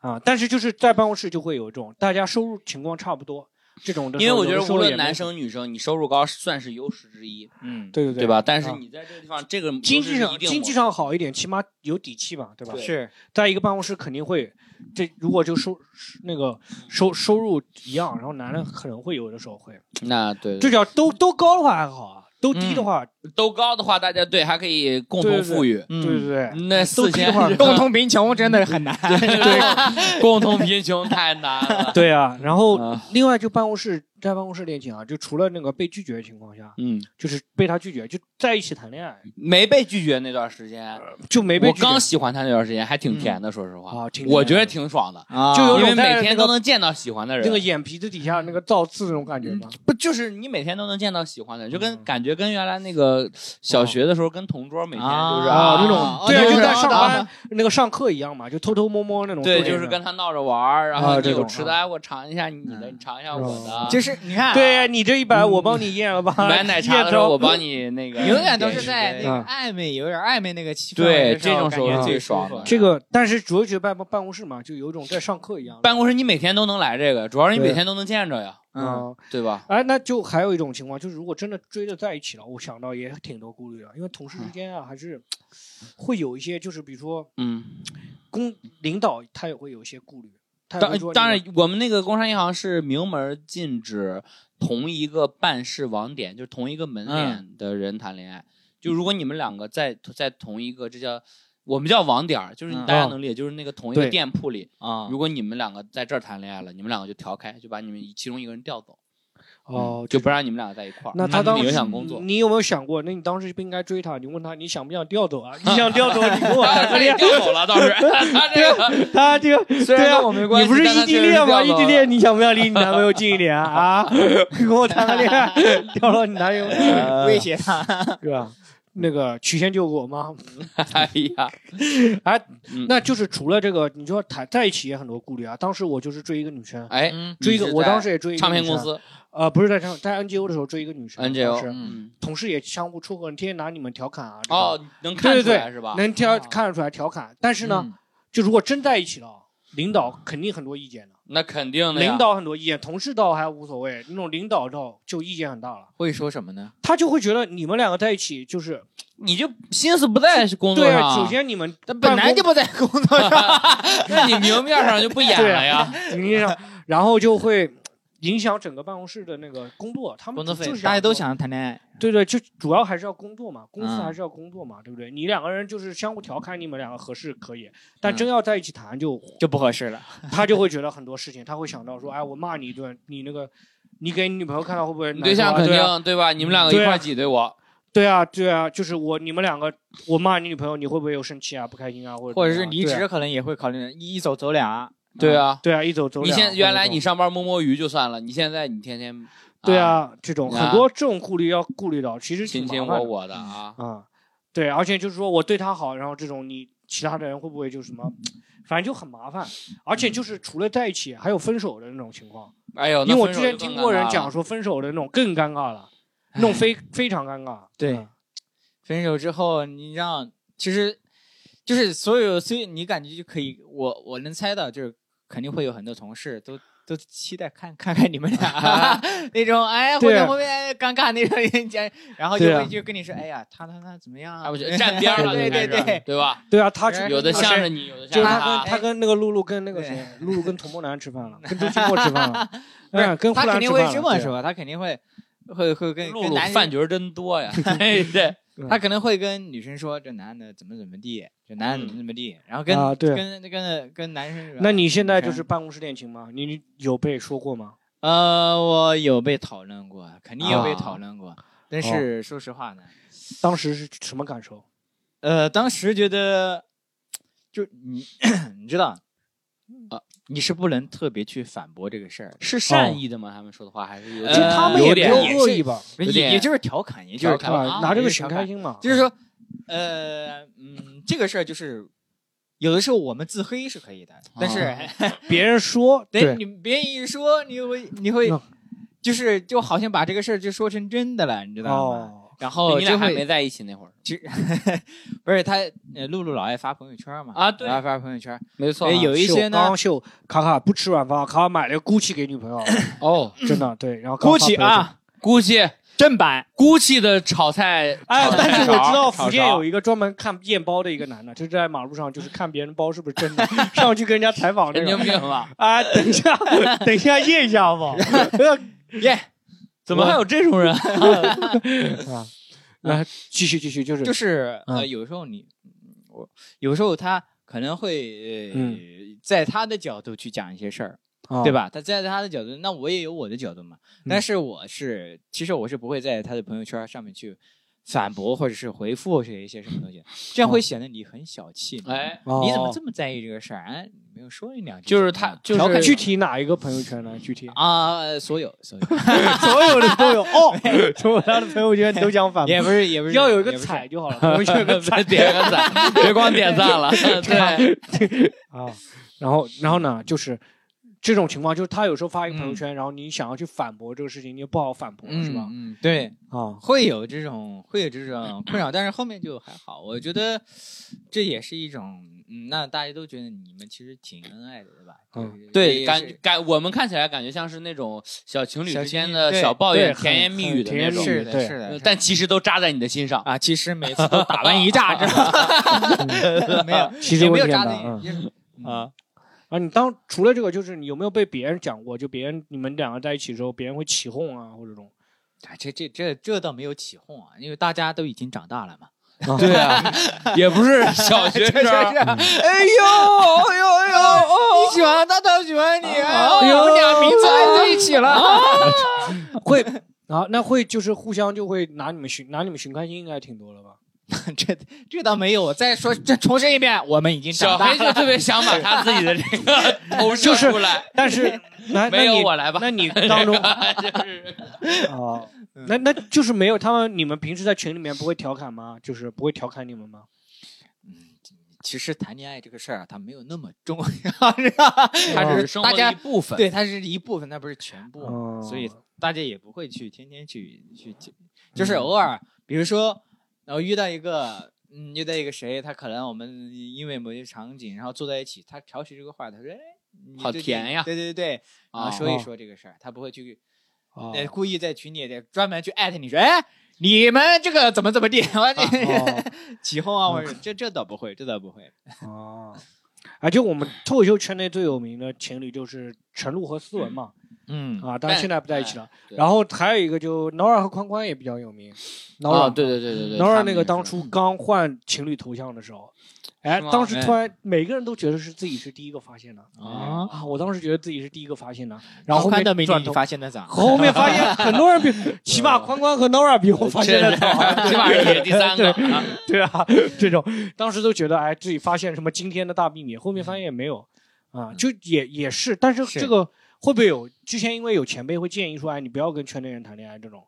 [SPEAKER 1] 啊，但是就是在办公室就会有一种大家收入情况差不多这种的时
[SPEAKER 2] 因为
[SPEAKER 1] 候，
[SPEAKER 2] 我觉
[SPEAKER 1] 有
[SPEAKER 2] 得
[SPEAKER 1] 的时候
[SPEAKER 2] 无
[SPEAKER 1] 也
[SPEAKER 2] 论
[SPEAKER 1] 没
[SPEAKER 2] 男生女生，你收入高算是优势之一，
[SPEAKER 3] 嗯，
[SPEAKER 1] 对对对
[SPEAKER 2] 对吧？但是
[SPEAKER 1] 啊
[SPEAKER 2] 你在这个地方，这个
[SPEAKER 1] 经济
[SPEAKER 2] 优势是一
[SPEAKER 1] 上
[SPEAKER 2] 定
[SPEAKER 1] 经济上好一点，起码有底气吧，对吧？
[SPEAKER 2] 对
[SPEAKER 3] 是
[SPEAKER 1] 在一个办公室肯定会，这如果就收那个收收入一样，然后男的可能会有的时候会，
[SPEAKER 2] 那对
[SPEAKER 1] 这叫都都高的话还好啊，都低的
[SPEAKER 2] 嗯
[SPEAKER 1] 话，
[SPEAKER 2] 都高的话，大家对还可以共
[SPEAKER 1] 对
[SPEAKER 2] 同
[SPEAKER 1] 对对
[SPEAKER 2] 富裕，
[SPEAKER 3] 嗯
[SPEAKER 1] 对对对，
[SPEAKER 2] 那四
[SPEAKER 1] 低
[SPEAKER 2] 千
[SPEAKER 1] 的话
[SPEAKER 3] 共同贫穷真的很难。
[SPEAKER 2] 对，共同贫穷太难了，
[SPEAKER 1] 对啊。然后
[SPEAKER 2] 嗯啊
[SPEAKER 1] 另外就办公室在办公室恋情啊，就除了那个被拒绝的情况下，
[SPEAKER 2] 嗯，
[SPEAKER 1] 就是被他拒绝，就在一起谈恋爱
[SPEAKER 2] 没被拒绝那段时间，
[SPEAKER 1] 就没被
[SPEAKER 2] 我
[SPEAKER 1] 拒绝
[SPEAKER 2] 刚喜欢他那段时间还挺甜的，说实话，
[SPEAKER 1] 啊，挺
[SPEAKER 2] 我觉得
[SPEAKER 1] 得
[SPEAKER 2] 挺爽的，
[SPEAKER 3] 啊
[SPEAKER 1] 就有
[SPEAKER 2] 因
[SPEAKER 1] 种
[SPEAKER 2] 为
[SPEAKER 1] 在
[SPEAKER 2] 每天
[SPEAKER 1] 那个
[SPEAKER 2] 都能见到喜欢的人。
[SPEAKER 1] 那个眼皮子底下那个造刺那种感觉吗？
[SPEAKER 2] 不就是你每天都能见到喜欢的人，就跟
[SPEAKER 1] 嗯哦
[SPEAKER 2] 感觉跟原来那个小学的时候跟同桌每天嗯就是
[SPEAKER 1] 啊那种对啊
[SPEAKER 2] 就在
[SPEAKER 1] 上班那个上课一样嘛，就偷偷摸摸那种作业
[SPEAKER 2] 对，
[SPEAKER 1] 呢。
[SPEAKER 2] 就是跟他闹着玩儿，然后
[SPEAKER 1] 啊哦
[SPEAKER 2] 你
[SPEAKER 1] 这种
[SPEAKER 2] 有吃的，哎我尝一下你的，
[SPEAKER 3] 嗯
[SPEAKER 2] 你尝一下我的，
[SPEAKER 3] 就是你看啊，
[SPEAKER 1] 对你这一百我帮你验了吧，
[SPEAKER 2] 买奶茶的时候我帮
[SPEAKER 1] 你。
[SPEAKER 2] 你那 个，
[SPEAKER 3] 永远都是在那
[SPEAKER 1] 嗯
[SPEAKER 3] 个暧昧，有点暧昧那个气氛。
[SPEAKER 2] 对
[SPEAKER 3] 这
[SPEAKER 2] 这种时候最爽的
[SPEAKER 1] 这个，但是主要觉得办办公室嘛，就有一种在上课一样的。
[SPEAKER 2] 办公室，你每天都能来这个，主要是你
[SPEAKER 1] 对
[SPEAKER 2] 每天都能见着呀，
[SPEAKER 3] 嗯，
[SPEAKER 1] 嗯，
[SPEAKER 2] 对吧？
[SPEAKER 1] 哎，那就还有一种情况，就是如果真的追的在一起了，我想到也挺多顾虑的，因为同事之间啊，还是会有一些，就是比如说
[SPEAKER 2] 嗯，
[SPEAKER 1] 公领导他也会有一些顾虑，他也会
[SPEAKER 2] 当
[SPEAKER 1] 说
[SPEAKER 2] 当
[SPEAKER 1] 你
[SPEAKER 2] 然，我们那个工商银行是明门禁止同一个办事网点，就是同一个门脸的人谈恋爱。就如果你们两个在在同一个，这叫我们叫网点儿，就是
[SPEAKER 3] 嗯
[SPEAKER 2] 大家能理解，就是那个同一
[SPEAKER 1] 对
[SPEAKER 2] 个店铺里，
[SPEAKER 3] 啊
[SPEAKER 2] 如果你们两个在这儿谈恋爱了，你们两个就调开，就把你们其中一个人调走，
[SPEAKER 1] 哦，
[SPEAKER 2] 就不让你们两个在一块儿。
[SPEAKER 1] 那他当
[SPEAKER 2] 影
[SPEAKER 1] 时嗯
[SPEAKER 2] 响工作。
[SPEAKER 1] 你有没有想过，那你当时不应该追他？你问他你想不想调走啊？你想调走，你跟我 谈个
[SPEAKER 2] 他也
[SPEAKER 1] 恋
[SPEAKER 2] 调走了，倒是 他这个
[SPEAKER 1] 爱，他这个
[SPEAKER 2] 虽然
[SPEAKER 1] 对啊
[SPEAKER 2] 跟我没关
[SPEAKER 1] 你
[SPEAKER 2] 系，
[SPEAKER 1] 不是
[SPEAKER 2] 但
[SPEAKER 1] 异
[SPEAKER 2] 他
[SPEAKER 1] 地
[SPEAKER 2] 确实
[SPEAKER 1] 恋吗？
[SPEAKER 2] 调
[SPEAKER 1] 异
[SPEAKER 2] 走
[SPEAKER 1] 地
[SPEAKER 2] 了
[SPEAKER 1] 恋，你想不想离你男朋友近一点啊？ 啊跟我谈个恋爱，调到你男友
[SPEAKER 3] 威胁他，
[SPEAKER 1] 是吧？那个曲线救国吗？
[SPEAKER 2] 哎呀，
[SPEAKER 1] 哎
[SPEAKER 2] 嗯，
[SPEAKER 1] 那就是除了这个，你说谈在一起也很多顾虑啊。当时我就是追一个女生，
[SPEAKER 2] 哎，
[SPEAKER 3] 嗯
[SPEAKER 1] 追一个，
[SPEAKER 2] 你是
[SPEAKER 1] 我
[SPEAKER 2] 在
[SPEAKER 1] 当时也追一个
[SPEAKER 2] 唱片
[SPEAKER 1] 女生
[SPEAKER 2] 公，司
[SPEAKER 1] 呃，不是在唱，在 NGO 的时候追一个女生
[SPEAKER 2] NGO，
[SPEAKER 1] 当时
[SPEAKER 2] 嗯，
[SPEAKER 1] 同事也相互撮合，天天拿你们调侃啊，这个
[SPEAKER 2] 哦哦，能看出来是吧？
[SPEAKER 1] 能挑
[SPEAKER 2] 哦
[SPEAKER 1] 看得出来调侃。但是呢，
[SPEAKER 3] 嗯
[SPEAKER 1] 就如果真在一起了，领导肯定很多意见的，
[SPEAKER 2] 那肯定的呀
[SPEAKER 1] 领导很多意见，同事倒还无所谓，那种领导倒就意见很大了。
[SPEAKER 3] 会说什么呢？
[SPEAKER 1] 他就会觉得你们两个在一起就是
[SPEAKER 2] 你就心思不在工作
[SPEAKER 1] 对
[SPEAKER 2] 上
[SPEAKER 1] 啊，首
[SPEAKER 2] 啊，
[SPEAKER 1] 先你们
[SPEAKER 3] 本来就不在工作上，
[SPEAKER 2] 那你明面上就不演了呀。
[SPEAKER 1] 你 上，然后就会影响整个办公室的那个工作。嗯他们
[SPEAKER 2] 工作费
[SPEAKER 1] 就是
[SPEAKER 3] 大家都
[SPEAKER 1] 要
[SPEAKER 3] 想谈恋爱，
[SPEAKER 1] 对对，就主要还是要工作嘛，公司
[SPEAKER 3] 嗯
[SPEAKER 1] 还是要工作嘛，对不对？你两个人就是相互调侃，你们两个合适可以，
[SPEAKER 2] 嗯
[SPEAKER 1] 但真要在一起谈就，
[SPEAKER 3] 就不合适了。
[SPEAKER 1] 他就会觉得很多事情，他会想到说，哎，我骂你一顿，你那个，你给你女朋友看到会不会
[SPEAKER 2] 你
[SPEAKER 1] 难
[SPEAKER 2] 对
[SPEAKER 1] 受啊？
[SPEAKER 2] 象肯
[SPEAKER 1] 对
[SPEAKER 2] 定
[SPEAKER 1] 啊
[SPEAKER 2] 对吧？你们两个一块挤兑我，
[SPEAKER 1] 对啊，对啊，就是我你们两个，我骂你女朋友，你会不会有生气啊、不开心啊，或者
[SPEAKER 3] 或者
[SPEAKER 1] 怎么样
[SPEAKER 3] 是离
[SPEAKER 1] 对啊
[SPEAKER 3] 职可能也会考虑一一走走俩，
[SPEAKER 2] 对啊。
[SPEAKER 1] 对啊，一走走
[SPEAKER 2] 你
[SPEAKER 1] 两
[SPEAKER 2] 现原来
[SPEAKER 1] 或者
[SPEAKER 2] 你上班摸摸鱼就算了，你现在你天天
[SPEAKER 1] 对，啊，这种
[SPEAKER 2] 啊
[SPEAKER 1] 很多这种顾虑要顾虑到，其实挺
[SPEAKER 2] 卿
[SPEAKER 1] 麻烦
[SPEAKER 2] 卿我
[SPEAKER 1] 的
[SPEAKER 2] 我的啊，
[SPEAKER 1] 啊，对，而且就是说我对他好，然后这种你其他的人会不会就什么，反正就很麻烦，而且就是除了在一起，还有分手的那种情况，
[SPEAKER 2] 哎呦，
[SPEAKER 1] 因为我之前听过人讲说分手的那种更尴尬了，那 种非非常尴尬。
[SPEAKER 3] 对
[SPEAKER 1] 嗯
[SPEAKER 3] 分手之后，你让其实就是所有，所以你感觉就可以，我我能猜到，就是肯定会有很多同事都都期待看看看你们 俩那种，哎，或
[SPEAKER 1] 对
[SPEAKER 3] 者后面尴尬那种人家，然后就
[SPEAKER 1] 对啊
[SPEAKER 3] 会就跟你说，哎呀，他他他怎么样
[SPEAKER 2] 啊，
[SPEAKER 3] 啊？
[SPEAKER 2] 我觉 得站边儿了，
[SPEAKER 3] 对对
[SPEAKER 2] 就开始
[SPEAKER 3] 对，
[SPEAKER 2] 对吧？
[SPEAKER 1] 对啊，他去
[SPEAKER 2] 有的
[SPEAKER 1] 那个
[SPEAKER 2] 向
[SPEAKER 1] 谁
[SPEAKER 2] 着你，有的
[SPEAKER 1] 就
[SPEAKER 2] 向
[SPEAKER 1] 是
[SPEAKER 2] 着
[SPEAKER 1] 他跟
[SPEAKER 2] 他，哎
[SPEAKER 3] 哎
[SPEAKER 1] 他跟那个露露跟那个谁，露露跟童梦楠吃饭了，跟周奇墨吃饭 了，嗯，跟
[SPEAKER 3] 他
[SPEAKER 1] 呼兰
[SPEAKER 3] 肯定
[SPEAKER 1] 吃
[SPEAKER 3] 会
[SPEAKER 1] 饭
[SPEAKER 3] 这
[SPEAKER 1] 了
[SPEAKER 3] 么
[SPEAKER 1] 对
[SPEAKER 3] 说，他肯定会会会跟
[SPEAKER 2] 露
[SPEAKER 3] 跟
[SPEAKER 2] 露
[SPEAKER 3] 男
[SPEAKER 2] 饭
[SPEAKER 3] 生，
[SPEAKER 2] 局儿真多呀，哎对，
[SPEAKER 3] 他可能会跟女生说这男的怎么怎么地，这男的怎么怎么地，然后跟
[SPEAKER 1] 啊，对。
[SPEAKER 3] 跟跟跟男生说，
[SPEAKER 1] 那你现在就是办公室恋情吗？你你有被说过吗？
[SPEAKER 3] 呃，我有被讨论过，肯定有被
[SPEAKER 2] 啊
[SPEAKER 3] 讨论过，但是说实话呢，
[SPEAKER 1] 当时是什么感受？
[SPEAKER 3] 呃，当时觉得，就你你知道，啊，你是不能特别去反驳这个事儿，
[SPEAKER 2] 是善意的吗？他们说的话还是哦有
[SPEAKER 1] 其
[SPEAKER 3] 呃
[SPEAKER 1] 实他们
[SPEAKER 3] 有
[SPEAKER 1] 也没
[SPEAKER 2] 点
[SPEAKER 1] 有恶意吧？
[SPEAKER 2] 有点
[SPEAKER 3] 也也就是调侃，也就
[SPEAKER 2] 调
[SPEAKER 3] 是
[SPEAKER 1] 对
[SPEAKER 2] 侃
[SPEAKER 3] 调
[SPEAKER 1] 吧？
[SPEAKER 2] 啊
[SPEAKER 1] 拿这个
[SPEAKER 3] 也
[SPEAKER 1] 挺
[SPEAKER 3] 调
[SPEAKER 1] 开
[SPEAKER 3] 侃
[SPEAKER 1] 心嘛。嗯
[SPEAKER 3] 就是说，呃，嗯，这个事儿就是。有的时候我们自黑是可以的，但是、
[SPEAKER 1] 别人说，
[SPEAKER 3] 对，你别人一说，你会你会
[SPEAKER 1] 那，
[SPEAKER 3] 就是就好像把这个事儿就说成真的了，你知道吗？
[SPEAKER 1] 哦，
[SPEAKER 3] 然后
[SPEAKER 2] 你
[SPEAKER 3] 就
[SPEAKER 2] 俩还
[SPEAKER 3] 会
[SPEAKER 2] 没在一起那会儿
[SPEAKER 3] 不是他，呃，露露老爱发朋友圈嘛，
[SPEAKER 2] 啊？对
[SPEAKER 3] 老，爱发朋友圈，
[SPEAKER 2] 没错
[SPEAKER 3] 哎
[SPEAKER 2] 啊，
[SPEAKER 3] 有一
[SPEAKER 1] 秀
[SPEAKER 3] 些呢
[SPEAKER 1] 刚刚秀卡卡不吃软饭，卡卡买了个 GUCCI 给女朋友，
[SPEAKER 2] 哦
[SPEAKER 1] 真的对。然后卡卡
[SPEAKER 3] ，GUCCI
[SPEAKER 1] 发
[SPEAKER 3] 啊，
[SPEAKER 2] ，GUCCI
[SPEAKER 3] 正版，
[SPEAKER 2] GUCCI 的炒菜，
[SPEAKER 1] 朋友圈，哎，
[SPEAKER 2] 炒菜
[SPEAKER 1] 但是我
[SPEAKER 2] 勺
[SPEAKER 1] 知道
[SPEAKER 2] 炒
[SPEAKER 1] 福建
[SPEAKER 2] 勺
[SPEAKER 1] 有一个专门看验包的一个男的，就是在马路上就是看别人包是不是真的， 上去跟人家采访这
[SPEAKER 2] 神经
[SPEAKER 1] 个。
[SPEAKER 2] 病吧？
[SPEAKER 1] 啊，等一 下，等一下验一下好不 好？
[SPEAKER 3] 耶，
[SPEAKER 2] 怎么还有这种人？
[SPEAKER 1] 啊，来继续继续，就是
[SPEAKER 3] 就是呃，
[SPEAKER 1] 嗯
[SPEAKER 3] 有时候你，我有时候他可能会呃
[SPEAKER 1] 嗯，
[SPEAKER 3] 在他的角度去讲一些事儿，
[SPEAKER 2] 哦
[SPEAKER 1] 啊
[SPEAKER 3] 对？吧？他在他的角度，那我也有我的角度嘛，
[SPEAKER 1] 嗯
[SPEAKER 3] 但是我是其实我是不会在他的朋友圈上面去反驳或者是回复这一些什么东西，这样会显得你很小气。
[SPEAKER 2] 哦哎，
[SPEAKER 1] 啊
[SPEAKER 3] 你怎么
[SPEAKER 1] 哦
[SPEAKER 3] 这么在意这个事儿？哎，你没有说你两句，
[SPEAKER 2] 就是他，就
[SPEAKER 1] 调侃
[SPEAKER 2] 是
[SPEAKER 1] 具体哪一个朋友圈呢？具体
[SPEAKER 3] 啊，所有所有，
[SPEAKER 1] 所有的都有 哦，所有他的朋友圈都想反
[SPEAKER 3] 也不是也不是
[SPEAKER 1] 要有一个
[SPEAKER 3] 也不是
[SPEAKER 1] 彩就好了，朋友圈有个彩
[SPEAKER 2] 点 个 赞，别光点赞了。对，
[SPEAKER 1] 啊。然后，然后呢，就是这种情况，就是他有时候发一个朋友圈，然后你想要去反驳这个事情，你也不好反驳，是吧？
[SPEAKER 3] 嗯，对，
[SPEAKER 1] 啊，
[SPEAKER 3] 会有这种会有这种困扰，但是后面就还好。我觉得这也是一种，嗯，那大家都觉得你们其实挺恩爱的，对吧？
[SPEAKER 1] 嗯
[SPEAKER 3] 就是
[SPEAKER 2] 对，
[SPEAKER 3] 也
[SPEAKER 2] 感
[SPEAKER 3] 是
[SPEAKER 2] 感我们看起来感觉像是那种小情侣
[SPEAKER 3] 小
[SPEAKER 2] 之间
[SPEAKER 3] 情侣
[SPEAKER 2] 的
[SPEAKER 3] 对
[SPEAKER 2] 小抱
[SPEAKER 1] 对
[SPEAKER 2] 怨、
[SPEAKER 1] 很
[SPEAKER 2] 甜言蜜语的
[SPEAKER 1] 很甜
[SPEAKER 2] 那
[SPEAKER 1] 言
[SPEAKER 2] 种
[SPEAKER 1] 蜜，语
[SPEAKER 3] 是的，
[SPEAKER 1] 对
[SPEAKER 3] 是的
[SPEAKER 2] 呃，但其实都扎在你的心上。
[SPEAKER 3] 啊，其实每次都打完一架，知道吗没 有，
[SPEAKER 1] 其实
[SPEAKER 3] 也
[SPEAKER 1] 我
[SPEAKER 3] 没有
[SPEAKER 1] 简
[SPEAKER 3] 扎
[SPEAKER 1] 单
[SPEAKER 3] 的
[SPEAKER 1] 啊。
[SPEAKER 3] 啊，
[SPEAKER 1] 啊，你当除了这个，就是你有没有被别人讲过？就别人你们两个在一起之后，别人会起哄啊，或者这种。
[SPEAKER 3] 哎这这这这倒没有起哄啊，因为大家都已经长大了嘛。
[SPEAKER 2] 对啊，也不是 小学
[SPEAKER 3] 是是
[SPEAKER 2] 生，
[SPEAKER 3] 哎呦，哎呦，哎呦，哦，你喜欢他，他喜欢你，
[SPEAKER 1] 啊
[SPEAKER 3] 哎呦哎我们俩名字挨在一起了。
[SPEAKER 1] 会啊，那会就是互相就会拿你们寻拿你们寻开心，应该挺多了吧？
[SPEAKER 3] 这这倒没有，我再说，这重申一遍，我们已经
[SPEAKER 2] 小
[SPEAKER 3] 长大
[SPEAKER 2] 黑
[SPEAKER 3] 了。
[SPEAKER 2] 就特别想把他自己的这个投射
[SPEAKER 1] 就是
[SPEAKER 2] 出来，
[SPEAKER 1] 但 是那
[SPEAKER 2] 没有
[SPEAKER 1] 那你
[SPEAKER 2] 我来吧。
[SPEAKER 1] 那你当中啊、
[SPEAKER 2] 就是嗯
[SPEAKER 1] 那那就是没有他们，你们平时在群里面不会调侃吗？就是不会调侃你们吗？
[SPEAKER 3] 其实谈恋爱这个事儿啊，它没有那么重要， 是吧？
[SPEAKER 2] 他只是生活
[SPEAKER 3] 大
[SPEAKER 2] 的
[SPEAKER 3] 家
[SPEAKER 2] 一部分。
[SPEAKER 3] 对，它是一部分，它不是全
[SPEAKER 2] 嗯
[SPEAKER 3] 部，
[SPEAKER 1] 哦
[SPEAKER 3] 所以大家也不会去天天去去，就是偶尔，比如说，然后遇到一个嗯，遇到一个谁，他可能我们因为某些场景，然后坐在一起，他挑起这个话，他说：“哎，你
[SPEAKER 2] 好
[SPEAKER 3] 最近
[SPEAKER 2] 甜呀
[SPEAKER 3] 对对对，然
[SPEAKER 2] 啊
[SPEAKER 3] 后说一
[SPEAKER 1] 哦
[SPEAKER 3] 说这个事儿，他不会去
[SPEAKER 1] 哦
[SPEAKER 3] 呃，故意在群里得专门去艾特你说，哎，你们这个怎么怎么地，我这 起哄啊，或者这这倒不会，这倒不会。
[SPEAKER 1] 哦，啊，就我们脱口秀圈内最有名的情侣就是陈露和思文嘛，
[SPEAKER 3] 嗯
[SPEAKER 1] 啊，当然
[SPEAKER 2] 但
[SPEAKER 1] 现在不在一起了。
[SPEAKER 2] 对
[SPEAKER 1] 然后还有一个就 Nora 和宽宽也比较有名，Nora
[SPEAKER 2] 哦，对对对对对
[SPEAKER 1] Nora
[SPEAKER 2] 他们
[SPEAKER 1] 那
[SPEAKER 2] 也
[SPEAKER 1] 个
[SPEAKER 2] 是嗯
[SPEAKER 1] 当初刚换情侣头像的时候，哎，
[SPEAKER 2] 是吗
[SPEAKER 1] 当时突然每个人都觉得是自己是第一个发现的
[SPEAKER 3] 啊，
[SPEAKER 1] 啊，我当时觉得自己是第一个发现的，然后后
[SPEAKER 3] 宽
[SPEAKER 1] 面
[SPEAKER 3] 的美
[SPEAKER 1] 转
[SPEAKER 3] 女
[SPEAKER 1] 头。
[SPEAKER 3] 发现的早，
[SPEAKER 1] 后面发现很多人 比，起码
[SPEAKER 2] 嗯
[SPEAKER 1] 宽宽和 Nora 比我发现的早，啊
[SPEAKER 2] 起码是你第三个啊，
[SPEAKER 1] 对啊， 这种当时都觉得哎，自己发现什么惊天的大秘密，后面发现也没有
[SPEAKER 2] 嗯
[SPEAKER 1] 啊，就也也是，但是
[SPEAKER 3] 是
[SPEAKER 1] 这个会不会有之前因为有前辈会建议说，哎，你不要跟圈内人谈恋爱这种，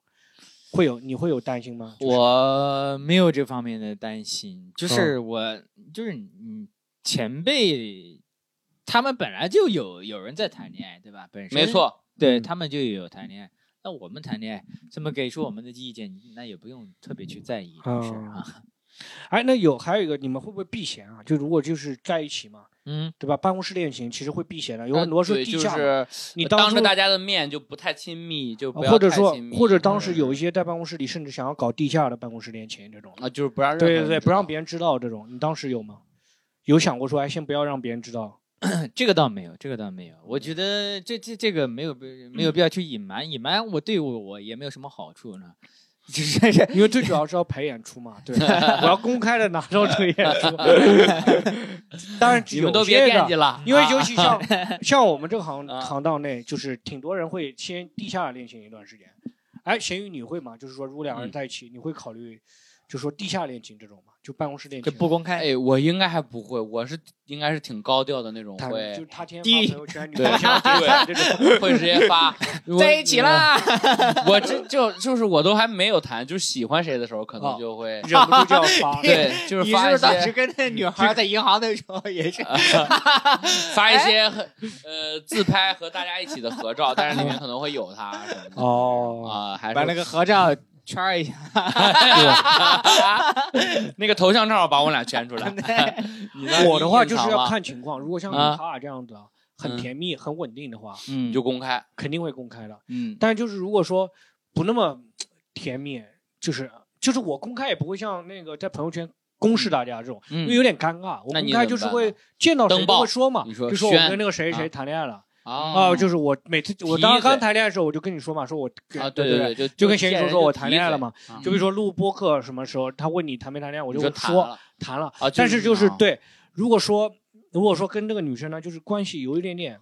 [SPEAKER 1] 会有你会有担心吗？就是
[SPEAKER 3] 我没有这方面的担心，就是我就是你前辈。他们本来就有有人在谈恋爱，对吧？本身
[SPEAKER 2] 没，错，
[SPEAKER 3] 对
[SPEAKER 1] 嗯
[SPEAKER 3] 他们就有谈恋爱。那我们谈恋爱，这么给出我们的意见，那也不用特别去在意这个事儿啊。
[SPEAKER 1] 哎，那有还有一个，你们会不会避嫌啊？就如果就是在一起嘛，
[SPEAKER 3] 嗯，
[SPEAKER 1] 对吧？办公室恋情其实会避嫌的，有
[SPEAKER 2] 那
[SPEAKER 1] 很多
[SPEAKER 2] 啊呃对
[SPEAKER 1] 是地
[SPEAKER 2] 就
[SPEAKER 1] 下嘛，
[SPEAKER 2] 是
[SPEAKER 1] 你
[SPEAKER 2] 呃
[SPEAKER 1] 当
[SPEAKER 2] 当
[SPEAKER 1] 初啊
[SPEAKER 2] 着大家的面就不太亲密，就不要
[SPEAKER 1] 或者
[SPEAKER 2] 太
[SPEAKER 1] 说
[SPEAKER 2] 亲密
[SPEAKER 1] 或者当时有一
[SPEAKER 2] 嗯
[SPEAKER 1] 些在办公室里甚至想要搞地下的办公室恋情这种。
[SPEAKER 2] 啊，就是不让任何
[SPEAKER 1] 对
[SPEAKER 2] 人
[SPEAKER 1] 对对，
[SPEAKER 2] 知
[SPEAKER 1] 不让
[SPEAKER 2] 道
[SPEAKER 1] 别人知道这种，你当时有吗？有想过说，哎，先不要让别人知道？
[SPEAKER 3] 这个倒没有，这个倒没有。我觉得这这这个没有必没有必要去隐瞒，隐瞒我对我我也没有什么好处呢。 就是
[SPEAKER 1] 因为最主要是要排演出嘛，对， 我要公开的拿到这个演出。 当然，
[SPEAKER 2] 你们都
[SPEAKER 1] 有
[SPEAKER 2] 别
[SPEAKER 1] 些
[SPEAKER 2] 惦
[SPEAKER 1] 的
[SPEAKER 2] 记了，
[SPEAKER 1] 因为
[SPEAKER 2] 啊
[SPEAKER 1] 尤 其像像我们这个行
[SPEAKER 2] 啊
[SPEAKER 1] 行当内，就是挺多人会先地下恋情一段时间。哎，咸鱼你会吗？就是说，如果两个
[SPEAKER 2] 嗯
[SPEAKER 1] 人在一起，你会考虑就说地下恋情这种吗？就办公室恋
[SPEAKER 3] 这
[SPEAKER 1] 情？
[SPEAKER 3] 不公开，
[SPEAKER 2] 哎，我应该还不会，我是应该是挺高调的那种，
[SPEAKER 1] 他
[SPEAKER 2] 会
[SPEAKER 1] 就是他天
[SPEAKER 3] 第
[SPEAKER 1] 天
[SPEAKER 3] 一
[SPEAKER 1] 发朋友 圈，你
[SPEAKER 2] 对
[SPEAKER 1] 互相这
[SPEAKER 2] 对
[SPEAKER 1] 种。
[SPEAKER 2] 会直接发我
[SPEAKER 3] 在一起啦，
[SPEAKER 2] 我这就就是我都还没有谈，就是喜欢谁的时候，可能
[SPEAKER 1] 哦
[SPEAKER 2] 就会
[SPEAKER 1] 忍不住就要发，
[SPEAKER 2] 对，就是
[SPEAKER 3] 你是
[SPEAKER 2] 发一
[SPEAKER 3] 不是当时
[SPEAKER 2] 些
[SPEAKER 3] 跟那女孩在银行的时候也是？
[SPEAKER 2] 发
[SPEAKER 1] 哎
[SPEAKER 2] 一些很呃自拍和大家一起的合照，但是里面可能会有他什么的
[SPEAKER 1] 哦，
[SPEAKER 2] 啊，还
[SPEAKER 3] 把那
[SPEAKER 2] 是
[SPEAKER 3] 个合照圈儿一下，
[SPEAKER 2] 那个头像照把我俩圈出来。 你呢
[SPEAKER 1] 我的话就是
[SPEAKER 2] 你隐藏
[SPEAKER 1] 要
[SPEAKER 2] 吗
[SPEAKER 1] 看情况，如果像
[SPEAKER 2] 啊
[SPEAKER 1] 你他俩这样子啊，很
[SPEAKER 2] 嗯
[SPEAKER 1] 甜蜜、很稳定的话，
[SPEAKER 3] 嗯
[SPEAKER 2] 你就公开，
[SPEAKER 1] 肯定会公开的。
[SPEAKER 3] 嗯，
[SPEAKER 1] 但就是如果说不那么甜蜜，就是就是我公开也不会像那个在朋友圈公示大家这种，因为
[SPEAKER 2] 嗯
[SPEAKER 1] 有点尴尬。我
[SPEAKER 2] 那
[SPEAKER 1] 公
[SPEAKER 2] 你
[SPEAKER 1] 开
[SPEAKER 2] 怎么
[SPEAKER 1] 就是
[SPEAKER 2] 办
[SPEAKER 1] 会
[SPEAKER 2] 呢
[SPEAKER 1] 见到谁都
[SPEAKER 2] 登报
[SPEAKER 1] 会说嘛，
[SPEAKER 2] 你说
[SPEAKER 1] 就说我
[SPEAKER 2] 宣
[SPEAKER 1] 跟那个谁谁
[SPEAKER 2] 啊
[SPEAKER 1] 谈恋爱了
[SPEAKER 2] 啊
[SPEAKER 1] 啊，就是我每次我
[SPEAKER 2] 提
[SPEAKER 1] 当
[SPEAKER 2] 一
[SPEAKER 1] 时刚
[SPEAKER 2] 嘴
[SPEAKER 1] 谈恋爱的时候，我就跟你说嘛，说我
[SPEAKER 2] 啊，
[SPEAKER 1] 对
[SPEAKER 2] 对
[SPEAKER 1] 对，
[SPEAKER 2] 对，就
[SPEAKER 1] 就跟贤
[SPEAKER 2] 见
[SPEAKER 1] 叔
[SPEAKER 2] 人
[SPEAKER 1] 说
[SPEAKER 2] 就
[SPEAKER 1] 我
[SPEAKER 2] 提
[SPEAKER 1] 谈恋爱
[SPEAKER 2] 嘴
[SPEAKER 1] 了嘛，
[SPEAKER 3] 嗯
[SPEAKER 2] 啊
[SPEAKER 1] 就比如说录播客什么时候，他问你谈没谈恋爱，我
[SPEAKER 2] 你
[SPEAKER 1] 就
[SPEAKER 2] 说
[SPEAKER 1] 会
[SPEAKER 2] 谈
[SPEAKER 1] 说
[SPEAKER 2] 了
[SPEAKER 1] 谈了。
[SPEAKER 2] 啊，
[SPEAKER 1] 但是就是
[SPEAKER 2] 啊
[SPEAKER 1] 对，如果说如果说跟这个女生呢，就是关系有一点点，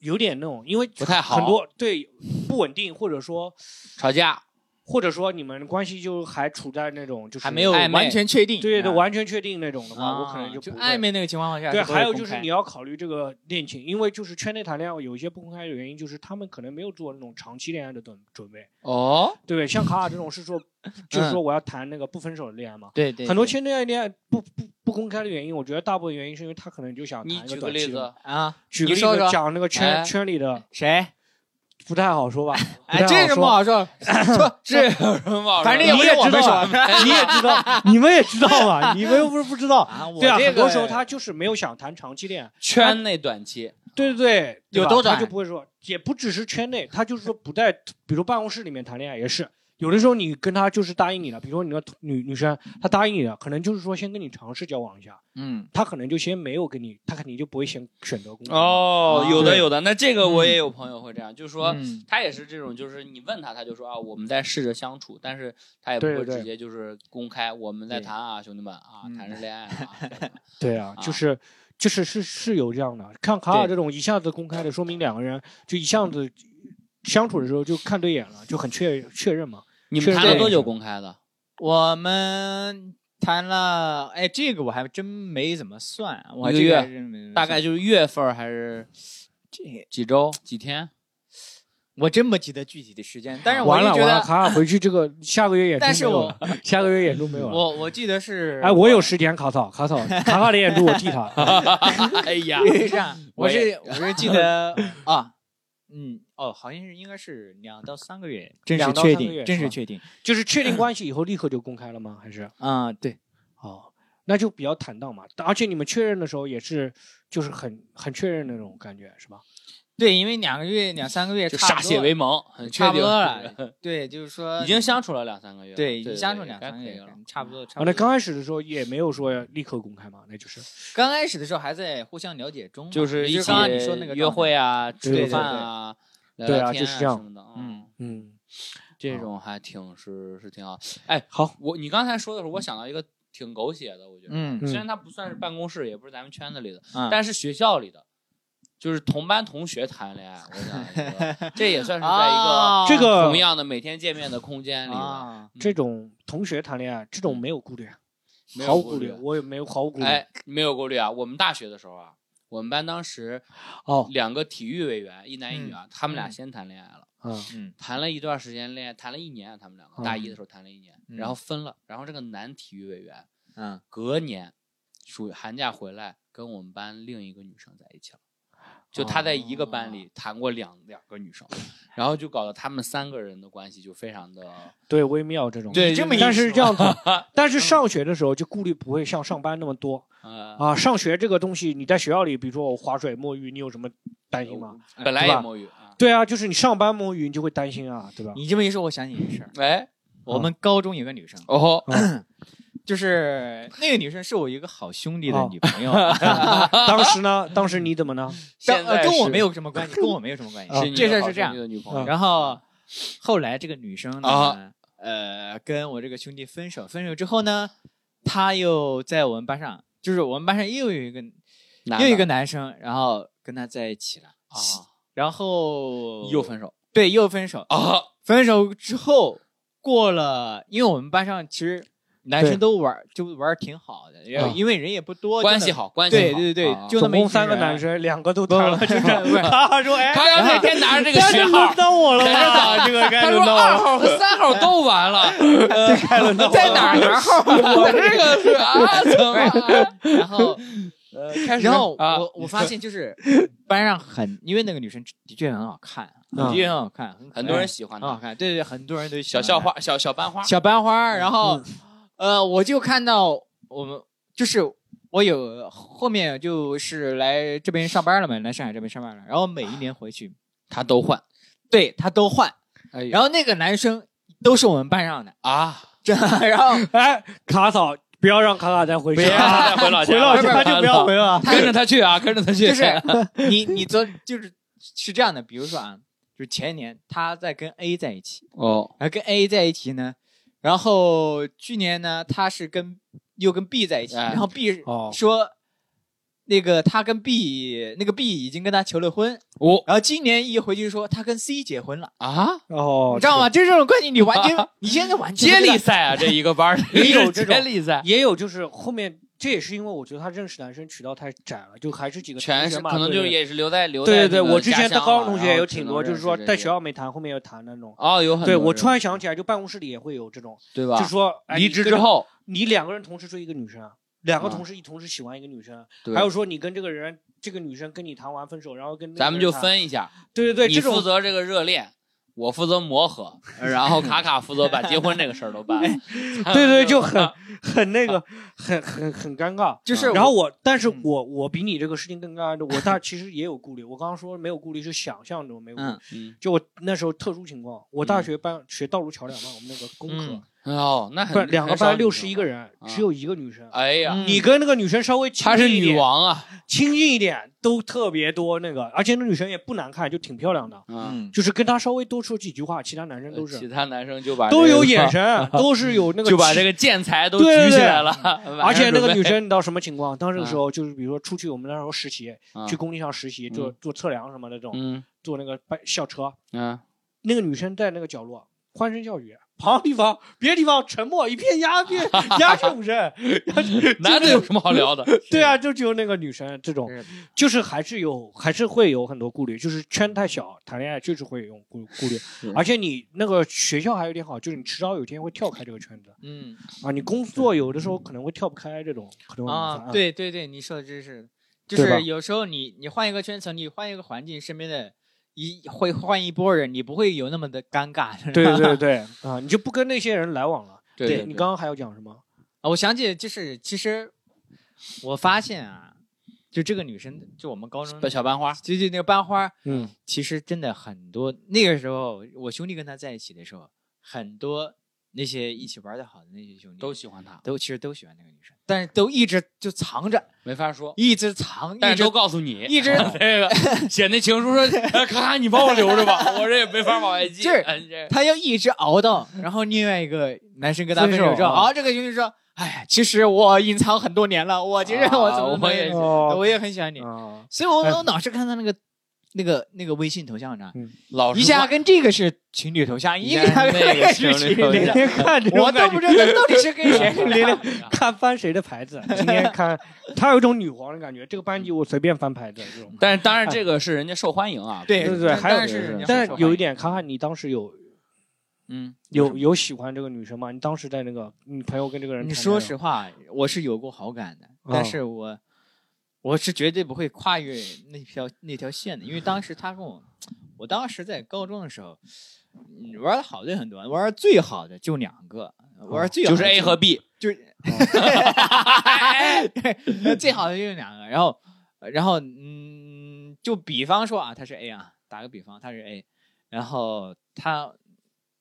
[SPEAKER 1] 有点那种，因为
[SPEAKER 2] 不太好，
[SPEAKER 1] 很多对不稳定，或者说
[SPEAKER 2] 吵架，
[SPEAKER 1] 或者说你们关系就还处在那种就是
[SPEAKER 3] 还没有
[SPEAKER 2] 暧昧
[SPEAKER 3] 完全确定，
[SPEAKER 1] 对对
[SPEAKER 3] 啊
[SPEAKER 1] 完全确定那种的话，
[SPEAKER 3] 啊
[SPEAKER 1] 我可能
[SPEAKER 3] 就
[SPEAKER 1] 不会
[SPEAKER 3] 暧。昧啊那个情况下
[SPEAKER 1] 对，
[SPEAKER 3] 不会
[SPEAKER 1] 还有
[SPEAKER 3] 公
[SPEAKER 1] 就是
[SPEAKER 3] 开
[SPEAKER 1] 你要考虑这个恋情，因为就是圈内谈恋爱有一些不公开的原因，就是他们可能没有做那种长期恋爱的准准备，
[SPEAKER 2] 哦，
[SPEAKER 1] 对不对？像卡卡这种是 说，
[SPEAKER 3] 嗯
[SPEAKER 1] 就是说我要谈那个不分手的恋爱嘛，
[SPEAKER 3] 对对
[SPEAKER 1] 很多
[SPEAKER 3] 对
[SPEAKER 1] 圈内恋爱不不不公开的原因，我觉得大部分原因是因为他可能就想
[SPEAKER 2] 你
[SPEAKER 1] 谈一
[SPEAKER 2] 举
[SPEAKER 1] 个
[SPEAKER 2] 个
[SPEAKER 1] 短
[SPEAKER 2] 例
[SPEAKER 1] 期
[SPEAKER 2] 子
[SPEAKER 1] 的。，
[SPEAKER 3] 啊，
[SPEAKER 1] 举个
[SPEAKER 3] 你
[SPEAKER 1] 例
[SPEAKER 3] 说
[SPEAKER 1] 子
[SPEAKER 3] 说
[SPEAKER 1] 讲那个圈
[SPEAKER 2] 哎
[SPEAKER 1] 圈里的
[SPEAKER 3] 谁？
[SPEAKER 1] 不太好说吧？
[SPEAKER 3] 哎，这有什么好 说？说
[SPEAKER 2] 这有什么好说的？
[SPEAKER 3] 反正
[SPEAKER 1] 你
[SPEAKER 3] 不
[SPEAKER 1] 也
[SPEAKER 3] 是我
[SPEAKER 1] 知
[SPEAKER 3] 分手
[SPEAKER 2] 啊
[SPEAKER 1] 道，你也知道，你们也知道嘛？ 你们又不是不知道。
[SPEAKER 3] 啊，我
[SPEAKER 1] 对啊，
[SPEAKER 3] 这
[SPEAKER 1] 很多
[SPEAKER 3] 个哦
[SPEAKER 1] 时候他就是没有想谈长期恋爱，
[SPEAKER 2] 圈内短期，
[SPEAKER 1] 对对对，对
[SPEAKER 3] 有
[SPEAKER 1] 吧
[SPEAKER 3] 多
[SPEAKER 1] 他
[SPEAKER 3] 短
[SPEAKER 1] 就不会说，也不只是圈内，他就是说不在，比如办公室里面谈恋爱也是，有的时候你跟他就是答应你了，比如说你的女女生，她答应你了，可能就是说先跟你尝试交往一下，
[SPEAKER 2] 嗯。
[SPEAKER 1] 她可能就先没有跟你，她肯定就不会先选择公开
[SPEAKER 2] 哦，有的
[SPEAKER 1] 对
[SPEAKER 2] 有的，那这个我也有朋友会这样，就是说
[SPEAKER 3] 嗯
[SPEAKER 2] 他也是这种，就是你问他，他就说啊，我们在试着相处，但是他也不
[SPEAKER 1] 对
[SPEAKER 2] 会
[SPEAKER 1] 对
[SPEAKER 2] 直接就是公开我们在
[SPEAKER 3] 对
[SPEAKER 2] 谈啊，兄弟们啊，
[SPEAKER 3] 嗯
[SPEAKER 2] 谈着恋爱啊，这样
[SPEAKER 1] 对啊，
[SPEAKER 2] 啊
[SPEAKER 1] 就是就是是是有这样的，看卡尔
[SPEAKER 3] 对
[SPEAKER 1] 这种一下子公开的，说明两个人就一下子相处的时候就看对眼了，就很确确认嘛。
[SPEAKER 2] 你
[SPEAKER 1] 确
[SPEAKER 2] 们
[SPEAKER 1] 实
[SPEAKER 2] 谈了
[SPEAKER 1] 对
[SPEAKER 2] 多久公开的？
[SPEAKER 3] 我们谈了，哎，这个我还真没怎么算，啊我
[SPEAKER 2] 一个
[SPEAKER 3] 这
[SPEAKER 2] 月
[SPEAKER 3] 还真没怎么算
[SPEAKER 2] 大概就是月份儿还是
[SPEAKER 3] 这，
[SPEAKER 2] 几周、几天？
[SPEAKER 3] 我真不记得具体的时间，但是我
[SPEAKER 1] 完
[SPEAKER 3] 就
[SPEAKER 1] 了
[SPEAKER 3] 觉
[SPEAKER 1] 完了，
[SPEAKER 3] 得，
[SPEAKER 1] 卡尔回去这 个下个月演出
[SPEAKER 3] 但是
[SPEAKER 1] 没有
[SPEAKER 3] 我
[SPEAKER 1] 了下个月演出没有了。
[SPEAKER 3] 我我记得是，
[SPEAKER 1] 哎，我有时间卡草 卡草卡卡的演出我替他，
[SPEAKER 2] 哎呀，
[SPEAKER 3] 是这样，我是我是记得啊。嗯，哦，好像是应该是两到三个月，真
[SPEAKER 1] 两
[SPEAKER 3] 是
[SPEAKER 1] 到
[SPEAKER 3] 确
[SPEAKER 1] 三个月
[SPEAKER 3] 定，真
[SPEAKER 1] 是吧
[SPEAKER 3] 是确定。
[SPEAKER 1] 就是确定关系以后立刻就公开了吗？还是
[SPEAKER 3] 啊，对，
[SPEAKER 1] 哦，那就比较坦荡嘛。而且你们确认的时候也是，就是很很确认那种感觉，是吧？
[SPEAKER 3] 对，因为两个月、两三个月
[SPEAKER 2] 就
[SPEAKER 3] 差
[SPEAKER 2] 歃
[SPEAKER 3] 不
[SPEAKER 2] 血
[SPEAKER 3] 多
[SPEAKER 2] 为盟，很确
[SPEAKER 3] 差不
[SPEAKER 2] 定
[SPEAKER 3] 多了。对，就是说
[SPEAKER 2] 已经相处了两三个月了，
[SPEAKER 3] 呃对，已
[SPEAKER 2] 对
[SPEAKER 3] 经相处
[SPEAKER 2] 对
[SPEAKER 3] 两
[SPEAKER 2] 该
[SPEAKER 3] 三个
[SPEAKER 2] 可以
[SPEAKER 3] 月
[SPEAKER 2] 了嗯
[SPEAKER 3] 了，差不多
[SPEAKER 1] 啊，
[SPEAKER 3] 差不
[SPEAKER 1] 那
[SPEAKER 3] 多。
[SPEAKER 1] 刚开始的时候也没有说立刻公开嘛，那就是
[SPEAKER 3] 刚开始的时候还在互相了解中嘛，
[SPEAKER 2] 就
[SPEAKER 3] 就是
[SPEAKER 2] 一起
[SPEAKER 3] 刚刚你说那个
[SPEAKER 2] 约
[SPEAKER 3] 状态
[SPEAKER 2] 会啊，吃
[SPEAKER 1] 对
[SPEAKER 2] 个
[SPEAKER 1] 对
[SPEAKER 2] 饭啊，聊
[SPEAKER 1] 对
[SPEAKER 2] 聊
[SPEAKER 1] 啊
[SPEAKER 2] 天
[SPEAKER 1] 就是这样
[SPEAKER 2] 什么的，
[SPEAKER 3] 嗯，
[SPEAKER 1] 嗯，
[SPEAKER 2] 这
[SPEAKER 1] 好
[SPEAKER 2] 种还挺是是挺好。
[SPEAKER 1] 好，
[SPEAKER 2] 我你刚才说的时候，我想到一个挺狗血的，我觉得，
[SPEAKER 3] 嗯
[SPEAKER 1] 嗯
[SPEAKER 2] 虽然它不算是办公室，也不是咱们圈子里的，
[SPEAKER 3] 嗯
[SPEAKER 2] 但是学校里的，就是同班同学谈恋爱，我想一个这也算是在一个
[SPEAKER 3] 啊
[SPEAKER 1] 这个
[SPEAKER 2] 同样的每天见面的空间里吧，
[SPEAKER 3] 啊，
[SPEAKER 1] 这种同学谈恋爱，这种没有顾虑啊，
[SPEAKER 2] 没有
[SPEAKER 1] 毫无
[SPEAKER 2] 顾
[SPEAKER 1] 顾
[SPEAKER 2] 虑啊
[SPEAKER 1] 虑，我也没有毫无顾虑。
[SPEAKER 2] 哎，没有顾虑啊。我们大学的时候啊，我们班当时
[SPEAKER 1] 哦，
[SPEAKER 2] 两个体育委员，一男一女啊，他们俩先谈恋爱了。
[SPEAKER 1] 嗯
[SPEAKER 3] 嗯
[SPEAKER 2] 谈了一段时间恋爱，谈了一年，啊他们两个
[SPEAKER 1] 嗯
[SPEAKER 2] 大一的时候谈了一年，
[SPEAKER 3] 嗯
[SPEAKER 2] 然后分了。然后这个男体育委员
[SPEAKER 3] 嗯，
[SPEAKER 2] 隔年暑寒假回来跟我们班另一个女生在一起了，就他在一个班
[SPEAKER 3] 哦
[SPEAKER 2] 里谈过两、两个女生，然后就搞得他们三个人的关系就非常的
[SPEAKER 1] 对，微妙这种。
[SPEAKER 2] 对
[SPEAKER 3] 这么一
[SPEAKER 1] 但是
[SPEAKER 3] 说
[SPEAKER 1] 这样子，但是上学的时候就顾虑不会像上班那么多
[SPEAKER 2] 呃，
[SPEAKER 3] 哦
[SPEAKER 1] 啊。上学这个东西，你在学校里，比如说我划水摸鱼，你有什么担心吗？
[SPEAKER 2] 本来
[SPEAKER 1] 对
[SPEAKER 2] 也
[SPEAKER 1] 吧
[SPEAKER 2] 摸鱼啊，
[SPEAKER 1] 对啊，就是你上班摸鱼，你就会担心啊，对吧？
[SPEAKER 3] 你这么一说，我想起一个事儿，
[SPEAKER 2] 哎，
[SPEAKER 3] 我们高中有个女生，
[SPEAKER 2] 哦吼，
[SPEAKER 3] 就是那个女生是我一个好兄弟的
[SPEAKER 1] 哦
[SPEAKER 3] 女朋友，
[SPEAKER 1] 当时呢？当时你怎么呢？
[SPEAKER 2] 现
[SPEAKER 3] 但
[SPEAKER 2] 在
[SPEAKER 3] 呃跟我没
[SPEAKER 2] 有，
[SPEAKER 3] 有什么关系，跟我没有什么关系
[SPEAKER 1] 啊。
[SPEAKER 2] 是你
[SPEAKER 3] 这
[SPEAKER 2] 的
[SPEAKER 3] 事儿
[SPEAKER 2] 好
[SPEAKER 3] 是
[SPEAKER 2] 兄
[SPEAKER 3] 这样嗯
[SPEAKER 2] 弟的女朋友，
[SPEAKER 3] 然后后来这个女生呢
[SPEAKER 2] 啊，
[SPEAKER 3] 呃，跟我这个兄弟分手，分手之后呢，她又在我们班上，就是我们班上又有一个
[SPEAKER 2] 男
[SPEAKER 3] 又
[SPEAKER 2] 的
[SPEAKER 3] 一个男生，然后跟他在一起了，
[SPEAKER 2] 啊
[SPEAKER 3] 然后
[SPEAKER 2] 又分手
[SPEAKER 3] 对又分手，
[SPEAKER 2] 啊，
[SPEAKER 3] 分手之后过了，因为我们班上其实男生
[SPEAKER 1] 对
[SPEAKER 3] 都玩就玩儿挺好的，然后
[SPEAKER 1] 啊
[SPEAKER 3] 因为人也不多，
[SPEAKER 2] 关
[SPEAKER 3] 就
[SPEAKER 2] 系
[SPEAKER 3] 那
[SPEAKER 2] 好，关系
[SPEAKER 3] 对
[SPEAKER 2] 好，
[SPEAKER 3] 对对
[SPEAKER 2] 啊
[SPEAKER 3] 就那
[SPEAKER 1] 总
[SPEAKER 3] 么一
[SPEAKER 1] 共三个
[SPEAKER 3] 群人
[SPEAKER 1] 男生，两个都
[SPEAKER 3] 不
[SPEAKER 1] 谈了，
[SPEAKER 3] 不
[SPEAKER 1] 就是
[SPEAKER 3] 不
[SPEAKER 1] 他说哎，
[SPEAKER 2] 他要每天拿着这个
[SPEAKER 1] 该
[SPEAKER 2] 学
[SPEAKER 1] 轮
[SPEAKER 2] 号。
[SPEAKER 1] 到我了，我
[SPEAKER 2] 对
[SPEAKER 1] 操，这个该
[SPEAKER 2] 他
[SPEAKER 1] 轮
[SPEAKER 2] 说
[SPEAKER 1] 到我
[SPEAKER 2] 二
[SPEAKER 1] 了，
[SPEAKER 2] 号和三号都完了，
[SPEAKER 1] 这该轮到我了
[SPEAKER 3] 在哪儿 哪儿号儿？
[SPEAKER 2] 我这个是啊，
[SPEAKER 3] 嗯
[SPEAKER 2] 怎么啊
[SPEAKER 3] 然后
[SPEAKER 2] 开始？
[SPEAKER 3] 然后
[SPEAKER 2] 啊
[SPEAKER 3] 我我发现就是班上很，因为那个女生的确很好看，啊
[SPEAKER 1] 嗯
[SPEAKER 3] 的确很好看，很可
[SPEAKER 2] 啊很多人
[SPEAKER 3] 爱
[SPEAKER 2] 喜欢
[SPEAKER 3] 很好
[SPEAKER 2] 他，
[SPEAKER 3] 看，对对，很多人都喜
[SPEAKER 2] 小
[SPEAKER 3] 欢
[SPEAKER 2] 校
[SPEAKER 3] 她
[SPEAKER 2] 花、小小班花，
[SPEAKER 3] 小班花儿，然后呃，我就看到我们就是我有后面就是来这边上班了嘛，来上海这边上班了，然后每一年回去，
[SPEAKER 2] 他都换。
[SPEAKER 3] 对他都换，
[SPEAKER 2] 哎呀
[SPEAKER 3] 然后那个男生都是我们班上的，
[SPEAKER 2] 啊，
[SPEAKER 3] 这然后
[SPEAKER 1] 哎，卡嫂，不要让卡卡再回去
[SPEAKER 2] 别
[SPEAKER 1] 啊，
[SPEAKER 2] 再回老
[SPEAKER 1] 回
[SPEAKER 2] 家
[SPEAKER 1] 老
[SPEAKER 2] 了，
[SPEAKER 1] 家就不要回了。
[SPEAKER 2] 跟着他去啊，跟着他去。
[SPEAKER 3] 就是你你昨就是是这样的，比如说啊，就是前年他在跟 A 在一起，
[SPEAKER 2] 哦，
[SPEAKER 3] 然后跟 A 在一起呢，然后去年呢他是跟又跟 B 在一起，
[SPEAKER 2] 哎
[SPEAKER 3] 然后 B
[SPEAKER 1] 哦
[SPEAKER 3] 说那个他跟 B 那个 B 已经跟他求了婚，
[SPEAKER 2] 我
[SPEAKER 3] 然后今年一回去说他跟 C 结婚了，
[SPEAKER 2] 哦啊，
[SPEAKER 1] 哦，
[SPEAKER 3] 你知道吗？就是这种关系你完 全你现在完
[SPEAKER 2] 接
[SPEAKER 3] 全
[SPEAKER 2] 力
[SPEAKER 3] 力
[SPEAKER 2] 赛啊，这一个 班儿
[SPEAKER 1] 也有这种
[SPEAKER 2] 接力 赛，
[SPEAKER 1] 也有就是后面，这也是因为我觉得他认识男生渠道太窄了，就还是几个
[SPEAKER 2] 全
[SPEAKER 1] 同
[SPEAKER 2] 是
[SPEAKER 1] 学嘛
[SPEAKER 2] 可能就
[SPEAKER 1] 对
[SPEAKER 2] 也是留在留在
[SPEAKER 1] 对对对，
[SPEAKER 2] 那个
[SPEAKER 1] 我之前
[SPEAKER 2] 家乡
[SPEAKER 1] 的高中
[SPEAKER 2] 了
[SPEAKER 1] 同学
[SPEAKER 2] 然
[SPEAKER 1] 也
[SPEAKER 2] 后
[SPEAKER 1] 有
[SPEAKER 2] 只
[SPEAKER 1] 挺
[SPEAKER 2] 能
[SPEAKER 1] 多，就
[SPEAKER 2] 认
[SPEAKER 1] 是
[SPEAKER 2] 识
[SPEAKER 1] 说
[SPEAKER 2] 这
[SPEAKER 1] 在
[SPEAKER 2] 些
[SPEAKER 1] 学校没谈，后面又谈的那种。
[SPEAKER 2] 哦，有很多
[SPEAKER 1] 对我
[SPEAKER 2] 这
[SPEAKER 1] 突然
[SPEAKER 2] 种
[SPEAKER 1] 想起来，就办公室里也会有这种，
[SPEAKER 2] 对
[SPEAKER 1] 就
[SPEAKER 2] 吧？
[SPEAKER 1] 说哎
[SPEAKER 2] 离
[SPEAKER 1] 你
[SPEAKER 2] 职
[SPEAKER 1] 跟
[SPEAKER 2] 之，后，
[SPEAKER 1] 你两个人同时追一个女生，两个
[SPEAKER 2] 啊
[SPEAKER 1] 同事一同时喜欢一个女生，啊
[SPEAKER 2] 对
[SPEAKER 1] 还有说你跟这个人，这个女生跟你谈完分手，然后跟那个
[SPEAKER 2] 咱们
[SPEAKER 1] 人
[SPEAKER 2] 就
[SPEAKER 1] 谈，
[SPEAKER 2] 分一下，
[SPEAKER 1] 对对对，
[SPEAKER 2] 你
[SPEAKER 1] 这
[SPEAKER 2] 负
[SPEAKER 1] 种
[SPEAKER 2] 责这个热恋，我负责磨合，呃然后卡卡负责把结婚这个事儿 都办了。
[SPEAKER 1] 对 对就
[SPEAKER 2] 啊
[SPEAKER 1] 很很那个，很很很尴尬。
[SPEAKER 3] 就是
[SPEAKER 1] 啊然后我，但是
[SPEAKER 3] 嗯
[SPEAKER 1] 我我比你这个事情更尴尬，我但其实也有顾虑。我刚刚说没有顾虑是想象中没有顾虑，
[SPEAKER 3] 嗯
[SPEAKER 2] 嗯，
[SPEAKER 1] 就我那时候特殊情况，我大学班、学道路桥梁嘛，我们那个工科，
[SPEAKER 3] 嗯
[SPEAKER 2] 哦，那很
[SPEAKER 1] 不是两个班六十一个。
[SPEAKER 2] 很少女生
[SPEAKER 1] 人，
[SPEAKER 2] 啊
[SPEAKER 1] 只有一个女生。
[SPEAKER 2] 哎呀，
[SPEAKER 3] 嗯
[SPEAKER 1] 你跟那个女生稍微亲
[SPEAKER 2] 她是
[SPEAKER 1] 近一
[SPEAKER 2] 女
[SPEAKER 1] 点，
[SPEAKER 2] 王啊！
[SPEAKER 1] 亲近一点都特别多那个，而且那女生也不难看，就挺漂亮的。
[SPEAKER 2] 嗯，
[SPEAKER 3] 嗯
[SPEAKER 1] 就是跟她稍微多说几句话，其他男生嗯都
[SPEAKER 2] 呃其
[SPEAKER 1] 是
[SPEAKER 2] 他男生就把
[SPEAKER 1] 都
[SPEAKER 2] 这
[SPEAKER 1] 有
[SPEAKER 2] 个
[SPEAKER 1] 眼 神，都是有那个
[SPEAKER 2] 就把
[SPEAKER 1] 气
[SPEAKER 2] 这个建材都举
[SPEAKER 1] 对对
[SPEAKER 2] 起
[SPEAKER 1] 对
[SPEAKER 2] 来了，
[SPEAKER 1] 而且那个女
[SPEAKER 2] 晚上准备
[SPEAKER 1] 生，你知道什么情况？当时的时
[SPEAKER 2] 嗯
[SPEAKER 1] 候就是，比如说出去，我们那时候实习，
[SPEAKER 2] 啊
[SPEAKER 1] 去工地上实习，做
[SPEAKER 2] 嗯
[SPEAKER 1] 做测量什么那种，
[SPEAKER 2] 嗯
[SPEAKER 1] 做那个班校车。
[SPEAKER 2] 嗯，
[SPEAKER 1] 那个女生在那个角落欢声笑语，旁地方别的地方沉默，一片鸦片鸦雀无 声。
[SPEAKER 2] 男的有什么好 聊的？
[SPEAKER 1] 对啊，就只有那个女生这种
[SPEAKER 3] 是，
[SPEAKER 1] 就是还是有还是会有很多顾虑，就是圈太小，谈恋爱就是会有顾顾虑。而且你那个学校还有点好，就是你迟早有一天会跳开这个圈子
[SPEAKER 3] 嗯
[SPEAKER 1] 啊，你工作有的时
[SPEAKER 2] 嗯
[SPEAKER 1] 候可能会跳不开这种，可能会很
[SPEAKER 3] 啊，
[SPEAKER 1] 烦，
[SPEAKER 3] 对对对，你说的真是，就
[SPEAKER 1] 对吧
[SPEAKER 3] 是有时候你你换一个圈层，你换一个环境，身边的一会换一波人，你不会有那么的尴尬 的。
[SPEAKER 1] 对对对啊，你就不跟那些人来往了。
[SPEAKER 2] 对
[SPEAKER 1] 你刚刚还要讲什么？
[SPEAKER 3] 啊，我想起就是其实我发现啊，就这个女生，就我们高中
[SPEAKER 2] 小小班花，
[SPEAKER 3] 就就那个班花，
[SPEAKER 1] 嗯，
[SPEAKER 3] 其实真的很多。那个时候我兄弟跟他在一起的时候，很多那些一起玩的好的那些兄弟
[SPEAKER 2] 都喜欢他，
[SPEAKER 3] 都其实都喜欢那个女生，但是都一直就藏着，
[SPEAKER 2] 没法说，
[SPEAKER 3] 一直藏，
[SPEAKER 2] 但
[SPEAKER 3] 一
[SPEAKER 2] 是都
[SPEAKER 3] 直
[SPEAKER 2] 告诉你，
[SPEAKER 3] 一 直
[SPEAKER 2] 这个写那情书说， 哎咔咔，你帮我留着吧，我这也没法往外寄。
[SPEAKER 3] 就是
[SPEAKER 2] 哎这
[SPEAKER 3] 他要一直熬到，然后另外一个男生跟他分手
[SPEAKER 1] 分
[SPEAKER 3] 之
[SPEAKER 1] 手
[SPEAKER 3] 后，
[SPEAKER 1] 啊
[SPEAKER 3] 啊，这个兄弟说，哎，其实我隐藏很多年了，我其实
[SPEAKER 2] 啊
[SPEAKER 3] 我怎么怎
[SPEAKER 2] 我
[SPEAKER 3] 么
[SPEAKER 2] 也
[SPEAKER 3] 也，
[SPEAKER 1] 哦，
[SPEAKER 3] 我也很喜欢你，
[SPEAKER 1] 啊
[SPEAKER 3] 所以我
[SPEAKER 1] 哎
[SPEAKER 3] 我老是看他那个那个那个微信头像呢，
[SPEAKER 2] 老实
[SPEAKER 3] 一下
[SPEAKER 2] 话
[SPEAKER 3] 跟这个是情侣头像，
[SPEAKER 2] 一
[SPEAKER 3] 一
[SPEAKER 2] 下
[SPEAKER 3] 下
[SPEAKER 2] 那个
[SPEAKER 3] 个
[SPEAKER 2] 情
[SPEAKER 3] 是
[SPEAKER 2] 侣
[SPEAKER 3] 情
[SPEAKER 2] 头
[SPEAKER 1] 每
[SPEAKER 2] 像
[SPEAKER 3] 侣，
[SPEAKER 1] 天看 这种
[SPEAKER 3] 我都
[SPEAKER 1] 感
[SPEAKER 3] 不
[SPEAKER 1] 觉
[SPEAKER 3] 知道他到底是跟谁
[SPEAKER 1] 连连
[SPEAKER 2] 啊
[SPEAKER 1] 看翻谁的牌 子，今天看他有一种女皇的感觉，这个班级我随便翻牌子这种。
[SPEAKER 2] 但是当然这个是人家受欢迎啊，
[SPEAKER 3] 对
[SPEAKER 1] 对对
[SPEAKER 3] 但
[SPEAKER 1] 还有
[SPEAKER 3] 但
[SPEAKER 2] 就是
[SPEAKER 3] 是人家
[SPEAKER 1] 但
[SPEAKER 3] 很受
[SPEAKER 1] 有
[SPEAKER 3] 欢
[SPEAKER 1] 一
[SPEAKER 3] 迎
[SPEAKER 1] 点，卡卡，你当时有
[SPEAKER 2] 嗯，
[SPEAKER 1] 有有喜欢这个女生吗？你当时在那个你朋友跟这个人谈
[SPEAKER 3] 你
[SPEAKER 1] 恋爱吗，
[SPEAKER 3] 说实话，我是有过好感的，
[SPEAKER 2] 嗯
[SPEAKER 3] 但是我我是绝对不会跨越那条那条线的，因为当时他跟我，我当时在高中的时候，嗯玩的好的很多，玩的最好的就两个，玩的最
[SPEAKER 2] 嗯
[SPEAKER 3] 好
[SPEAKER 2] 就
[SPEAKER 3] 的
[SPEAKER 2] 是 A 和 B，
[SPEAKER 3] 就是 最好的就是两个，然后然后嗯，就比方说啊，他是 A 啊，打个比方，他是 A，然后他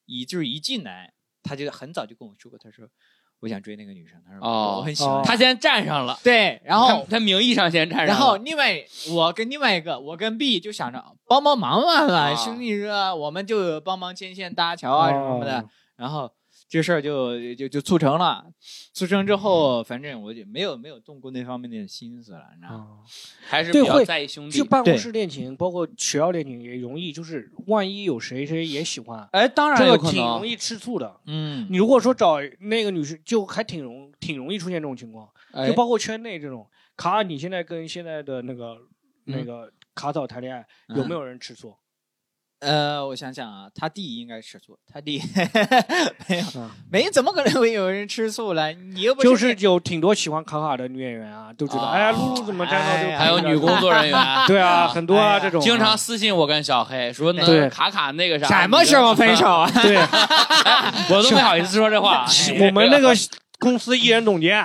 [SPEAKER 3] 一就是一进来，他就很早就跟我说过，他说我想追那个女生，他说
[SPEAKER 2] 哦
[SPEAKER 3] 我很喜欢她，
[SPEAKER 2] 他先占上了，
[SPEAKER 3] 对，然后
[SPEAKER 2] 他他名义上先占上了，
[SPEAKER 3] 然后另外我跟另外一个，我跟 B 就想着帮帮忙嘛，
[SPEAKER 2] 啊
[SPEAKER 3] 兄弟说我们就帮忙牵线搭桥啊什么的，
[SPEAKER 1] 哦
[SPEAKER 3] 然后这事儿就就就促成了，促成之后，反正我就没有没有动过那方面的心思了，你知道吗？
[SPEAKER 1] 哦
[SPEAKER 2] 还是
[SPEAKER 1] 对
[SPEAKER 2] 比较
[SPEAKER 1] 会
[SPEAKER 2] 在意兄弟
[SPEAKER 1] 就，办公
[SPEAKER 3] 对
[SPEAKER 1] 室恋情，包括学校恋情也容易，就是万一有谁谁也喜欢，
[SPEAKER 2] 哎，当
[SPEAKER 1] 这
[SPEAKER 2] 然有
[SPEAKER 1] 个
[SPEAKER 2] 可
[SPEAKER 1] 挺容
[SPEAKER 2] 能，
[SPEAKER 1] 易吃醋的。
[SPEAKER 3] 嗯，
[SPEAKER 1] 你如果说找那个女生，就还挺容挺容易出现这种情况，
[SPEAKER 2] 哎
[SPEAKER 1] 就包括圈内这种。卡尔，你现在跟现在的那个那
[SPEAKER 3] 嗯
[SPEAKER 1] 个卡嫂谈恋爱，有没
[SPEAKER 3] 有？
[SPEAKER 1] 有人吃醋？
[SPEAKER 3] 呃，我想想啊，他弟应该吃醋，他弟没有
[SPEAKER 1] 嗯
[SPEAKER 3] 没怎么可能会有人吃醋了？你又不
[SPEAKER 1] 就是有挺多喜欢卡卡的女演员啊，都知道，
[SPEAKER 2] 哦
[SPEAKER 1] 哎呀，露露怎么站到这
[SPEAKER 3] 哎
[SPEAKER 1] 个？
[SPEAKER 3] 呀
[SPEAKER 2] 还有女工，作人员，
[SPEAKER 1] 对啊，很多
[SPEAKER 3] 哎
[SPEAKER 1] 啊，
[SPEAKER 3] 呀
[SPEAKER 1] 这种啊
[SPEAKER 2] 经常私信我跟小黑说呢，
[SPEAKER 1] 对
[SPEAKER 2] 卡卡那个啥，
[SPEAKER 3] 什么时候分手？啊？
[SPEAKER 1] 对，
[SPEAKER 2] 我都没好意思说这话。啊
[SPEAKER 1] 我们那个公司艺人总监，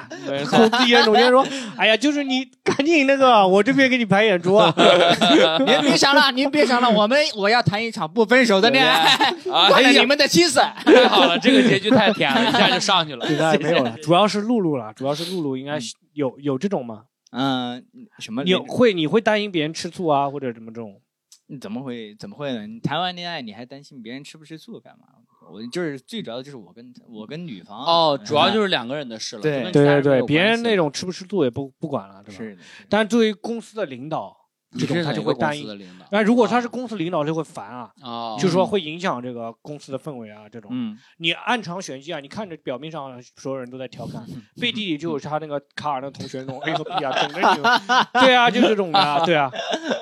[SPEAKER 1] 公司艺人总监说，哎呀，就是你赶紧那个，我这边给你排演出啊，
[SPEAKER 3] 您别想了，您别想了，我们我要谈一场不分手的恋爱，
[SPEAKER 2] 啊，
[SPEAKER 3] 为
[SPEAKER 2] 哎
[SPEAKER 3] 了
[SPEAKER 2] 呀
[SPEAKER 3] 你，们的妻子。
[SPEAKER 2] 太好了，这个结局太甜了，一下就上去了。
[SPEAKER 1] 对 哎没有了，主要是露露了，主要是露露应该是有有这种吗？
[SPEAKER 3] 嗯，什
[SPEAKER 2] 啊
[SPEAKER 3] 么
[SPEAKER 1] 有会你会担心别人吃醋啊，或者怎么这种？
[SPEAKER 3] 你怎么会怎么会呢？你谈完恋爱你还担心别人吃不吃醋干嘛？我就是最主要的就是我跟我跟女方嗯
[SPEAKER 2] 哦，主要就是是两个人的事了。
[SPEAKER 3] 对
[SPEAKER 2] 就跟
[SPEAKER 1] 对
[SPEAKER 2] 其
[SPEAKER 1] 对
[SPEAKER 2] 他人没有
[SPEAKER 1] 对，别人
[SPEAKER 2] 关系
[SPEAKER 1] 那种吃不吃醋也不不管了，对吧？
[SPEAKER 3] 是的，是的
[SPEAKER 1] 但对于公司的领导，
[SPEAKER 2] 你
[SPEAKER 1] 这种
[SPEAKER 2] 是
[SPEAKER 1] 他
[SPEAKER 2] 哪
[SPEAKER 1] 就
[SPEAKER 2] 个
[SPEAKER 1] 会
[SPEAKER 2] 公
[SPEAKER 1] 担
[SPEAKER 2] 司的
[SPEAKER 1] 心。
[SPEAKER 2] 领导
[SPEAKER 1] 那如果他是公司领导，就会烦啊。
[SPEAKER 2] 哦，
[SPEAKER 1] 就说会影响这个公司的氛围啊，这种。
[SPEAKER 3] 嗯，
[SPEAKER 1] 你暗藏玄机啊，你看着表面上所有人都在调侃，背地里就有他那个卡尔的同学那种 A 和 B 啊，等着你 们。对啊，就这种的啊，对啊，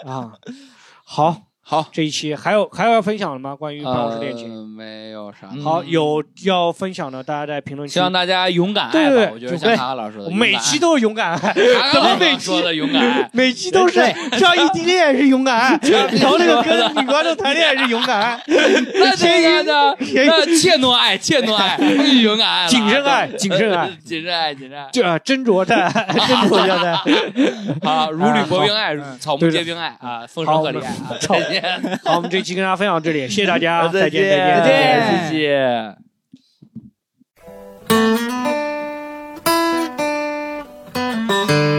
[SPEAKER 1] 啊， 好，
[SPEAKER 2] 好，
[SPEAKER 1] 这一期还有还有要分享的吗？关于办公室恋情，
[SPEAKER 2] 呃没有啥。
[SPEAKER 3] 嗯
[SPEAKER 1] 好，有要分享的，大家在评论区
[SPEAKER 2] 希。望大家勇敢爱
[SPEAKER 1] 对对
[SPEAKER 2] 吧，
[SPEAKER 1] 对
[SPEAKER 2] 我觉
[SPEAKER 1] 对
[SPEAKER 2] 得像卡卡老师说的，
[SPEAKER 1] 我每期 都是勇 敢爱，
[SPEAKER 2] 怎
[SPEAKER 1] 怎么每
[SPEAKER 2] 说
[SPEAKER 1] 期
[SPEAKER 2] 的勇敢爱？
[SPEAKER 1] 每期都是上一滴恋也是勇敢 爱，然后那个跟女观众谈恋爱是勇敢 爱，
[SPEAKER 2] 那这个呢？
[SPEAKER 1] 谁
[SPEAKER 2] 那怯懦爱，怯懦 爱，勇敢爱了啊，
[SPEAKER 1] 谨慎 爱，谨慎 爱。
[SPEAKER 2] 谨慎爱，谨慎爱。
[SPEAKER 1] 这斟酌在，斟酌一下在。
[SPEAKER 2] 好，如 履薄冰爱，
[SPEAKER 3] 好
[SPEAKER 2] 草木
[SPEAKER 1] 对的
[SPEAKER 2] 皆兵爱啊，风
[SPEAKER 1] 好
[SPEAKER 2] 声
[SPEAKER 1] 我
[SPEAKER 2] 鹤
[SPEAKER 1] 们
[SPEAKER 2] 唳啊！
[SPEAKER 1] 好
[SPEAKER 2] 再见，
[SPEAKER 1] 好，我们这期跟大家分享到这里，谢谢大家， 再见，
[SPEAKER 2] 再
[SPEAKER 1] 再
[SPEAKER 3] 见
[SPEAKER 2] 见，谢谢。
[SPEAKER 4] Thank